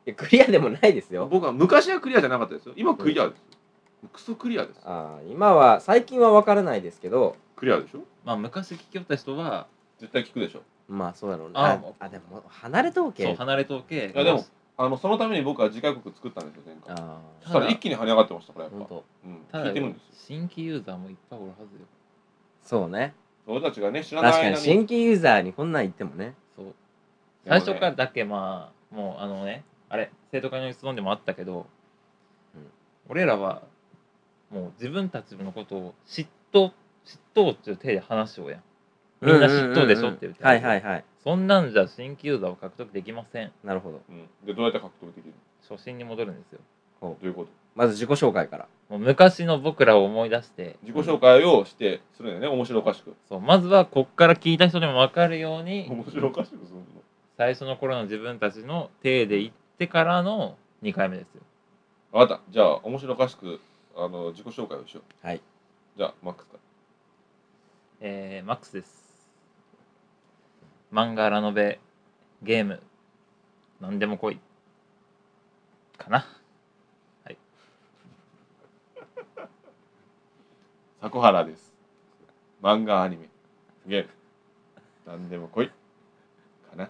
Speaker 2: いやクリアでもないですよ
Speaker 1: 僕は昔はクリアじゃなかったですよ今クリアですよ、クソクリアです
Speaker 2: あー今は最近は分からないですけど
Speaker 1: クリアでしょ
Speaker 5: まあ、昔聞きよった人は、
Speaker 1: 絶対聞くでしょ
Speaker 2: まあそうだろうね
Speaker 5: あ
Speaker 2: ああでも離れ統
Speaker 5: そう、
Speaker 2: 計
Speaker 5: 離れ統計。
Speaker 1: いやでもあのそのために僕は次回国作ったんですよ前回
Speaker 2: あ
Speaker 1: そしたら一気に跳ね上がってましたから
Speaker 2: あ
Speaker 1: やっ
Speaker 2: 本
Speaker 1: ぱ、
Speaker 2: 当
Speaker 1: うん、
Speaker 5: た
Speaker 1: 聞
Speaker 5: だ
Speaker 1: いてるんですよ
Speaker 5: 新規ユーザーもいっぱいおるはずよ。
Speaker 2: そうね
Speaker 1: 俺たちがね知らない
Speaker 2: 確か
Speaker 1: 間
Speaker 2: に
Speaker 1: に
Speaker 2: 新規ユーザーにこんなん言ってもね
Speaker 5: そう。
Speaker 1: でも
Speaker 5: 最
Speaker 1: ね
Speaker 5: 初からだっけまあもうあのねあれ生徒会の質問でもあったけど、
Speaker 2: うん
Speaker 5: 俺らはもう自分たちのことを嫉妬嫉妬っていう手で話しようやんみんな嫉妬でしょって言って
Speaker 2: うんうんうんうんはいはいはい
Speaker 5: そんなんじゃ新規ユーザーを獲得できません
Speaker 2: なるほど
Speaker 1: うん、でどうやって獲得できる
Speaker 5: 初心に戻るんですよ
Speaker 1: のどういうこと
Speaker 2: まず自己紹介から
Speaker 5: もう昔の僕らを思い出して
Speaker 1: 自己紹介をしてするんだよね面白おかしく
Speaker 5: そうまずはこっから聞いた人でも分かるように
Speaker 1: 面白おかしくするの
Speaker 5: 最初の頃の自分たちの手で行ってからの2回目ですよ
Speaker 1: 分かったじゃあ面白おかしくあの自己紹介をしよう
Speaker 2: はい <laughs>
Speaker 1: じゃあマックスか
Speaker 5: えーマックスです漫画ラノベゲーム何でも来いかな
Speaker 1: 迫原です漫画アニメゲーム何でも来いかな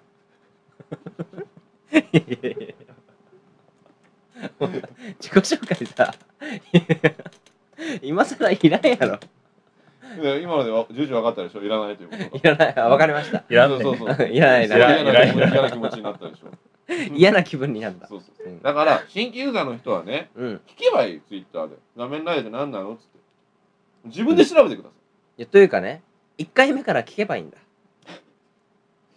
Speaker 2: 自己紹介さ、 <laughs> 今更いらんやろ。
Speaker 1: で <laughs> 今のでわ住所分かったでしょいらないということ
Speaker 2: いらない。あわかりました。
Speaker 5: いらんね <laughs>
Speaker 1: そうそうそう
Speaker 2: いらない
Speaker 1: そう嫌な気持
Speaker 2: な。
Speaker 1: ち嫌な気持ちになったでしょ
Speaker 2: 嫌な気分になるんだ。
Speaker 1: そうそう
Speaker 2: うん
Speaker 1: だから新規ユーザーの人はね
Speaker 2: うん。
Speaker 1: 聞けばいいツイッターで画面ライダーって何なのっつって自分で調べてください、
Speaker 2: いやというかね、1回目から聞けばいいんだ。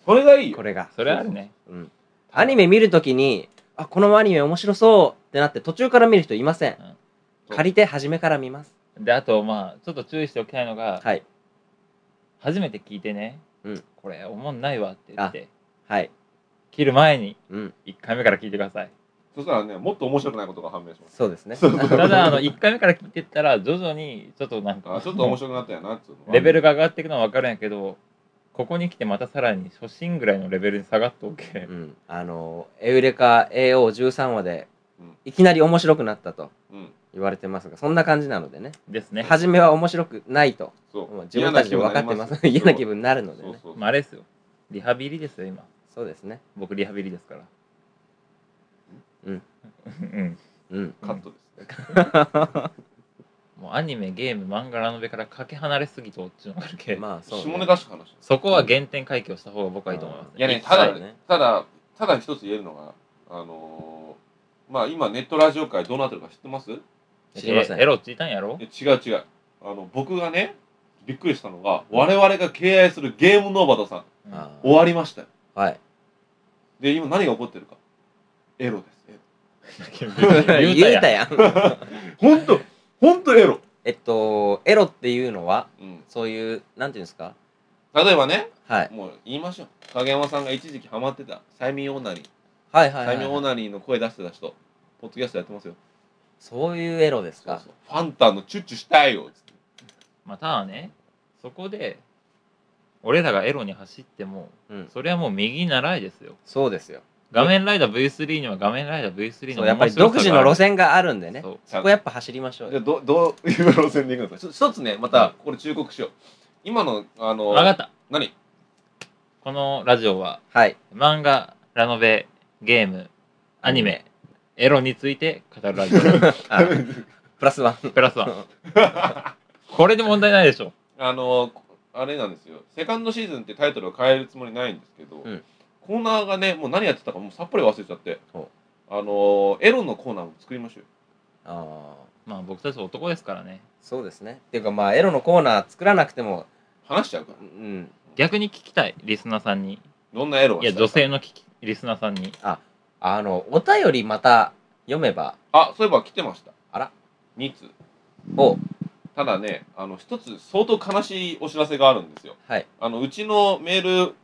Speaker 1: これがいいよ
Speaker 2: これが。
Speaker 5: それあるね
Speaker 2: うん。アニメ見るときに、あ、このアニメ面白そうってなって途中から見る人いません
Speaker 5: うん。
Speaker 2: 借りて初めから見ます。
Speaker 5: であとまあちょっと注意しておきたいのが、
Speaker 2: はい。
Speaker 5: 初めて聞いてね、
Speaker 2: うん
Speaker 5: これおもんないわって言って
Speaker 2: はい。
Speaker 5: 切る前に
Speaker 2: うん。
Speaker 5: 1回目から聞いてくだ
Speaker 1: <laughs>
Speaker 5: さい
Speaker 1: そしたらねもっと面白くないことが判明します
Speaker 2: そうですね。
Speaker 1: そうそう
Speaker 5: ただあの1回目から聞いてったら徐々にちょっとなん
Speaker 1: あ
Speaker 5: か
Speaker 1: ちょっと面白くなったよなっつうのは
Speaker 5: レベルが上がっていくのは分かるんやけどここに来てまたさらに初心ぐらいのレベルに下がっておけ、
Speaker 2: うん。あの、エウレカ AO13 話で
Speaker 1: うん、
Speaker 2: いきなり面白くなったと
Speaker 1: うん
Speaker 2: 言われてますが、そんな感じなのでね。
Speaker 5: ですね、
Speaker 2: 初めは面白くないと。
Speaker 1: そ
Speaker 2: もう
Speaker 1: う
Speaker 2: 自分たちで分かってます。 <laughs> 嫌な気分になるので
Speaker 1: そう
Speaker 2: ね。
Speaker 1: そうそう
Speaker 5: まあ、あれですよリハビリですよ今
Speaker 2: そうですね。
Speaker 5: 僕リハビリですから
Speaker 2: うん
Speaker 5: うん
Speaker 2: うん。
Speaker 1: カットですね
Speaker 5: もうアニメゲーム漫画ラノベからかけ離れすぎとっちゅうのがあるけ、
Speaker 2: まあ、そう、
Speaker 1: 下ネタしか話してない
Speaker 5: そこは原点回帰をした方が僕はいいと思います、
Speaker 1: いやね、
Speaker 2: 一切
Speaker 1: ただ
Speaker 2: ね
Speaker 1: ね、ただ、ただ一つ言えるのが、あのーまあ今ネットラジオ界どうなってるか知ってますい
Speaker 2: 知りません
Speaker 5: えエロついたんやろ
Speaker 1: や違う違う。あの、僕がね、びっくりしたのが、我々が敬愛するゲームノーバトさん、
Speaker 5: うん
Speaker 2: あ
Speaker 1: 終わりましたよ。
Speaker 2: あはい。
Speaker 1: で、今何が起こってるか。エロです。エロ
Speaker 5: <laughs> 言う
Speaker 2: 言うた
Speaker 5: た
Speaker 2: やん。
Speaker 5: やん
Speaker 1: ほんと、ほんとエロ。
Speaker 2: <laughs> えっと、エロっていうのは、
Speaker 1: うん。
Speaker 2: そういう、なんていうんですか
Speaker 1: 例えばね、
Speaker 2: はい。
Speaker 1: もう言いましょう。影山さんが一時期ハマってた、催眠オナニー。
Speaker 2: はいはい、
Speaker 1: 催眠オ
Speaker 2: はい。
Speaker 1: ナニーの声出してた人、ポッドキャストやってますよ。
Speaker 2: そういうエロです
Speaker 1: そう
Speaker 2: か
Speaker 1: そう。ファンタのチュッチュしたいよ。つって
Speaker 5: まあただねそこで俺らがエロに走っても
Speaker 2: うん。
Speaker 5: それはもう右習いですよ
Speaker 2: そうですよ。
Speaker 5: 画面ライダー V3 には画面ライダー V3
Speaker 2: そ
Speaker 5: の
Speaker 2: う、やっぱり独自の路線があるんで
Speaker 5: で
Speaker 2: ね。
Speaker 5: そう
Speaker 2: そこやっぱ走りましょう
Speaker 1: じゃ
Speaker 2: よ。
Speaker 1: あど <laughs> どういう路線でいくのかちょ一つねまたこれ忠告しよう今のあの
Speaker 5: 分かった
Speaker 1: 何
Speaker 5: このラジオは
Speaker 2: はい。
Speaker 5: 漫画ラノベゲームアニメエロについて語るラジ
Speaker 2: <laughs>
Speaker 5: オ
Speaker 2: あプラスワン。
Speaker 5: プラスワンこれで問題ないでしょ
Speaker 1: あのあれなんですよセカンドシーズンってタイトルは変えるつもりないんですけど、
Speaker 2: うん
Speaker 1: コーナーがねもう何やってたかもうさっぱり忘れちゃって
Speaker 2: ほ
Speaker 1: あのエロのコーナーも作りましょうよ
Speaker 2: ああ。
Speaker 5: まあ僕たち男ですからね
Speaker 2: そうですね。っていうかまあ、エロのコーナー作らなくても、
Speaker 1: 話しちゃうか
Speaker 2: う
Speaker 1: ら
Speaker 2: ん。
Speaker 5: 逆に聞きたいリスナーさんに
Speaker 1: どんなエロを
Speaker 5: いや
Speaker 1: したか
Speaker 5: 女性の聞きリスナーさんに
Speaker 2: あの、お便りまた読めば、
Speaker 1: あそういえば来てました
Speaker 2: あら
Speaker 1: 2通
Speaker 2: お
Speaker 1: ただねあの一つ相当悲しいお知らせがあるんですよ
Speaker 2: はい。
Speaker 1: あのうちのメール、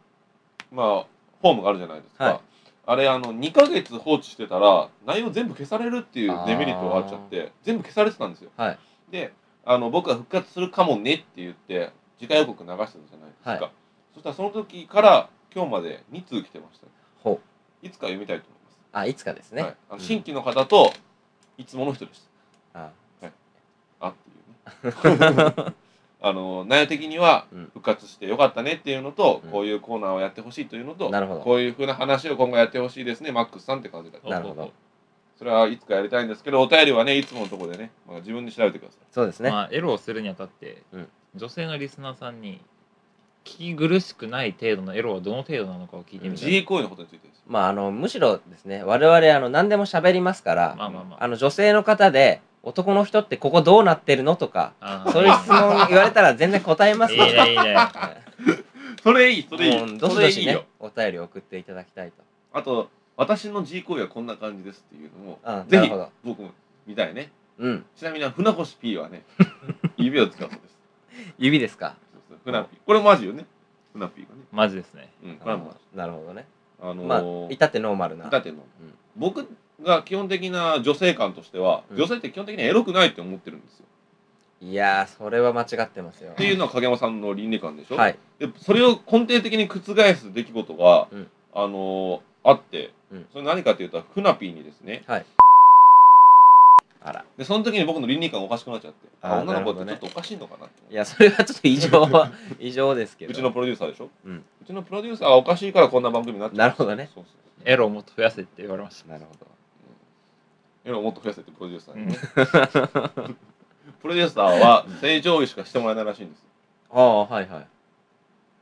Speaker 1: まあ、フォームがあるじゃないですか、
Speaker 2: はい
Speaker 1: あれあの2ヶ月放置してたら内容全部消されるっていうデメリットがあっちゃって全部消されてたんですよ
Speaker 2: はい。
Speaker 1: であの僕は復活するかもねって言って次回予告流してたじゃないですか、
Speaker 2: は
Speaker 1: そしたらその時から今日まで2通来てました
Speaker 2: ほう。
Speaker 1: いつか読みたいと思います
Speaker 2: あ、いつかですね。
Speaker 1: はい、あの
Speaker 2: うん
Speaker 1: 新規の方といつもの人でし
Speaker 2: あ
Speaker 1: たあっていうね
Speaker 5: <laughs>
Speaker 1: あの内容的には
Speaker 2: うん
Speaker 1: 復活してよかったねっていうのと、
Speaker 2: うん
Speaker 1: こういうコーナーをやってほしいというのと
Speaker 2: なるほど
Speaker 1: こういうふうな話を今後やってほしいですねマックスさんって感じだ
Speaker 2: なるほど
Speaker 1: それはいつかやりたいんですけどお便りはねいつものところでね、まあ、自分で調べてくださ
Speaker 2: そうですね。
Speaker 5: まあ、エロをするにあたって、
Speaker 2: うん
Speaker 5: 女性のリスナーさんに聞き苦しくない程度のエロはどの程度なのかを聞いて
Speaker 1: い
Speaker 5: み
Speaker 1: 自
Speaker 5: たい、
Speaker 1: 衛行為のことについてです
Speaker 2: まあ、あの、むしろですね、我々、あの、何でも喋りますから、
Speaker 5: まあまあまあ
Speaker 2: あの、女性の方で、男の人ってここどうなってるのとか、
Speaker 5: あー
Speaker 2: そういう質問言われたら全然答えます
Speaker 5: いい
Speaker 2: ので、
Speaker 5: ねいいね
Speaker 1: それいいそれいい
Speaker 2: もうどし
Speaker 1: それ
Speaker 2: ど
Speaker 1: いい
Speaker 2: し
Speaker 1: よ
Speaker 2: ね、お便り送っていただきたいと。
Speaker 1: あと私の自衛行為はこんな感じですっていうのも
Speaker 2: あ
Speaker 1: ぜ
Speaker 2: なる
Speaker 1: ひ
Speaker 2: ほど
Speaker 1: 僕も見たいね
Speaker 2: うん。
Speaker 1: ちなみに船越 P はね <laughs> 指を使うそうです
Speaker 2: 指ですか。
Speaker 1: そうそう船 P これマジよね船 P がね
Speaker 5: マジですね
Speaker 1: うんこれはもう
Speaker 2: なるほどね。
Speaker 1: あのー
Speaker 2: まあ、至ってノーマルな。
Speaker 1: だっての、
Speaker 2: うん
Speaker 1: 僕が基本的な女性感としては、
Speaker 2: うん
Speaker 1: 女性って基本的にエロくないって思ってるんですよ
Speaker 2: いやー、それは間違ってますよ。
Speaker 1: っていうのは影山さんの倫理観でしょ、
Speaker 2: はい。
Speaker 1: でそれを根底的に覆す出来事が、
Speaker 2: うん
Speaker 1: あのーあって、
Speaker 2: うん
Speaker 1: それ何かというとフナピーにですね
Speaker 2: あら。
Speaker 1: でその時に僕の倫理観がおかしくなっちゃってあ
Speaker 2: あー
Speaker 1: 女の子って
Speaker 2: な
Speaker 1: ちょっ
Speaker 2: るほどね
Speaker 1: とおかしいのかなって
Speaker 2: いや、それはちょっと異常
Speaker 1: <laughs>
Speaker 2: は、異常ですけど。
Speaker 1: うちのプロデューサーでしょ、
Speaker 2: うん
Speaker 1: ちのプロデューサーがおかしいからこんな番組になっちゃうんです
Speaker 2: なるほどね
Speaker 1: そうそう
Speaker 5: エロをもっと増やせって言われました
Speaker 2: なるほど。
Speaker 1: エロをもっと増やせってプロデューサーに、
Speaker 5: うん
Speaker 1: ねプロデューサーは正常位しかしてもらえないらしいんですよ
Speaker 2: ああ、はいはい。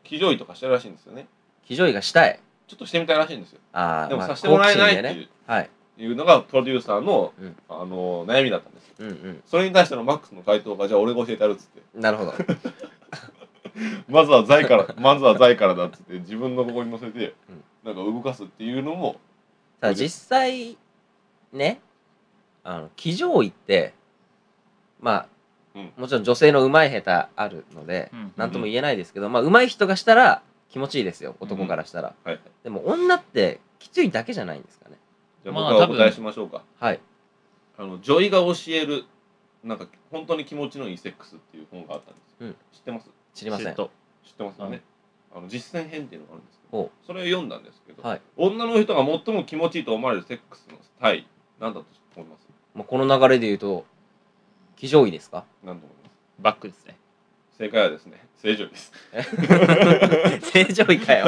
Speaker 1: 騎乗位とかしてるらしいんですよね
Speaker 2: 非常位がしたい。
Speaker 1: ちょっとしてみたいらしいんですよ
Speaker 2: ああ、
Speaker 1: でも
Speaker 2: まあ
Speaker 1: させてもらえないって
Speaker 2: 好奇
Speaker 1: い
Speaker 2: 心
Speaker 1: う,、
Speaker 2: でね。はい。
Speaker 1: いうのがプロデューサーの、
Speaker 2: うん
Speaker 1: あの悩みだったんですよ
Speaker 2: うんうん。
Speaker 1: それに対してのマックスの回答がじゃあ俺が教えてやるっつって
Speaker 2: なるほど。
Speaker 1: まずは財からまずは財からだっつって自分のここに乗せて、
Speaker 2: うん
Speaker 1: なんか動かすっていうのも
Speaker 2: た
Speaker 1: <laughs>
Speaker 2: だ実際、ね、あの、騎乗位って、まあ、
Speaker 1: うん
Speaker 2: もちろん女性の上手い下手あるので、
Speaker 5: うん
Speaker 2: なんとも言えないですけど、まあ、上手い人がしたら気持ちいいですよ、男からしたら。
Speaker 1: うんはい
Speaker 2: でも、女ってきついだけじゃないんですかね。
Speaker 1: じゃあ
Speaker 5: ま
Speaker 1: 僕
Speaker 5: あ
Speaker 1: はお
Speaker 5: 多
Speaker 1: 答え
Speaker 5: 分
Speaker 1: しましょうか、
Speaker 2: はい。
Speaker 1: あの女医が教えるなんか本当に気持ちのいいセックスっていう本があったんですよ、
Speaker 2: うん
Speaker 1: 知ってます
Speaker 2: 知りません。
Speaker 5: 嫉妬
Speaker 1: 知ってますよね、あの実践編っていうのがあるんですけ
Speaker 2: お
Speaker 1: どそれを読んだんですけど、
Speaker 2: はい
Speaker 1: 女の人が最も気持ちいいと思われるセックスの体なんだと思います
Speaker 2: まあ、この流れで言うと、騎乗位ですか
Speaker 1: 何と思いま
Speaker 5: バックですね
Speaker 1: す正解はですね <laughs> 正常位です
Speaker 2: <laughs> 正常位か
Speaker 5: <laughs>
Speaker 2: よ。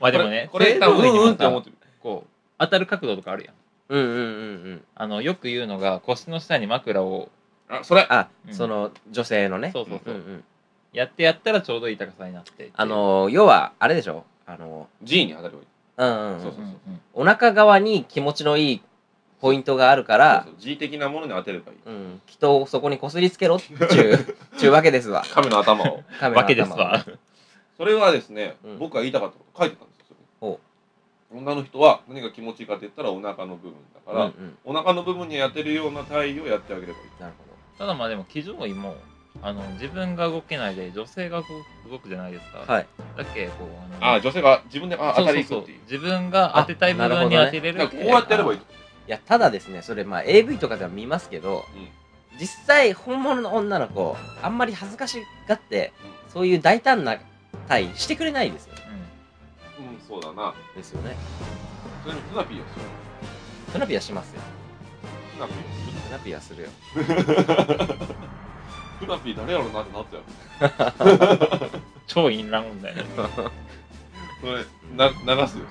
Speaker 5: まあでもね
Speaker 1: <laughs> これこれ多
Speaker 5: 正常位
Speaker 1: 分
Speaker 5: に
Speaker 1: うんう
Speaker 5: もさ
Speaker 1: んって思ってる
Speaker 5: こう当たる角度とかあるやん
Speaker 2: うんうんうんうん。
Speaker 5: あのよく言うのが腰の下に枕を
Speaker 1: あそれ
Speaker 2: あ、
Speaker 5: うん
Speaker 2: その、女性のね。
Speaker 5: そうそうそう
Speaker 2: うんうん。
Speaker 5: やってやったらちょうどいい高さになってっていう
Speaker 2: あの、要は、あれでしょあの、
Speaker 1: G に当たればいい
Speaker 2: うんうんう
Speaker 1: そ
Speaker 5: そ
Speaker 1: うん
Speaker 5: う
Speaker 2: う
Speaker 1: そううそう
Speaker 5: そそう、うん
Speaker 2: お腹側に気持ちのいいポイントがあるから
Speaker 1: そ、うそう G 的なものに当てればいい
Speaker 2: うん、人をそこにこすりつけろっちゅ
Speaker 5: <laughs>
Speaker 2: う、ちゅうわけですわ。
Speaker 1: 亀の頭を
Speaker 2: カメラの頭
Speaker 5: わけですわ。
Speaker 1: それはですね、
Speaker 2: うん
Speaker 1: 僕が言いたかったこと書いてたんですよそれ
Speaker 2: お
Speaker 1: 女の人は何が気持ちいいかって言ったらお腹の部分だ
Speaker 2: う
Speaker 1: か
Speaker 2: んう
Speaker 1: ら、
Speaker 2: ん。
Speaker 1: お腹の部分に当てるような体位をやってあげればいい
Speaker 2: なるほ
Speaker 5: ただまあでも騎乗位もあの自分が動けないで女性がこう動くじゃないですか、
Speaker 2: ど。はい。
Speaker 5: だっけこうあの
Speaker 1: ああ女性が自分であ当
Speaker 5: そう
Speaker 1: た
Speaker 5: そう
Speaker 1: りいく
Speaker 5: そ
Speaker 1: っ
Speaker 5: う
Speaker 1: ていう
Speaker 5: 自分が当てたい部
Speaker 2: あなるほ
Speaker 5: 分に
Speaker 2: どね
Speaker 5: 当てれる
Speaker 1: だからこうやってやればいいと
Speaker 2: いや、ただですね、それ、まあ、AV とかでは見ますけど、実際、本物の女の子、あんまり恥ずかしがって、そういう大胆な体してくれないですよね。
Speaker 1: うん、うん、そうだな
Speaker 2: ですよね。
Speaker 1: それにフナピーをする
Speaker 2: フナピはしますよ。
Speaker 1: フナピーをする
Speaker 2: フナピはす <laughs> るよ。
Speaker 1: フナピー誰やろなってなったよ
Speaker 5: うん超インラン問題ね
Speaker 1: それな流すよ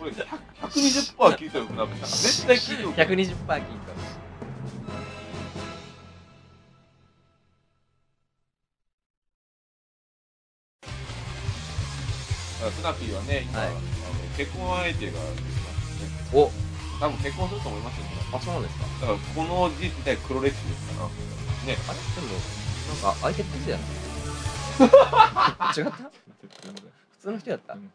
Speaker 1: これ120%聞いてるフナピー絶対聞いてる
Speaker 2: 120%聞いた。
Speaker 1: フナピーはね今、
Speaker 2: はい
Speaker 1: あの結婚相手ができますね
Speaker 2: お、
Speaker 1: 多分結婚すると思いますよね
Speaker 2: あ、そうなんですか。
Speaker 1: だからこの時代黒歴史ですからね
Speaker 2: あれでも、 <laughs> なんか相手って人やな。違った普通の人やった、
Speaker 5: うん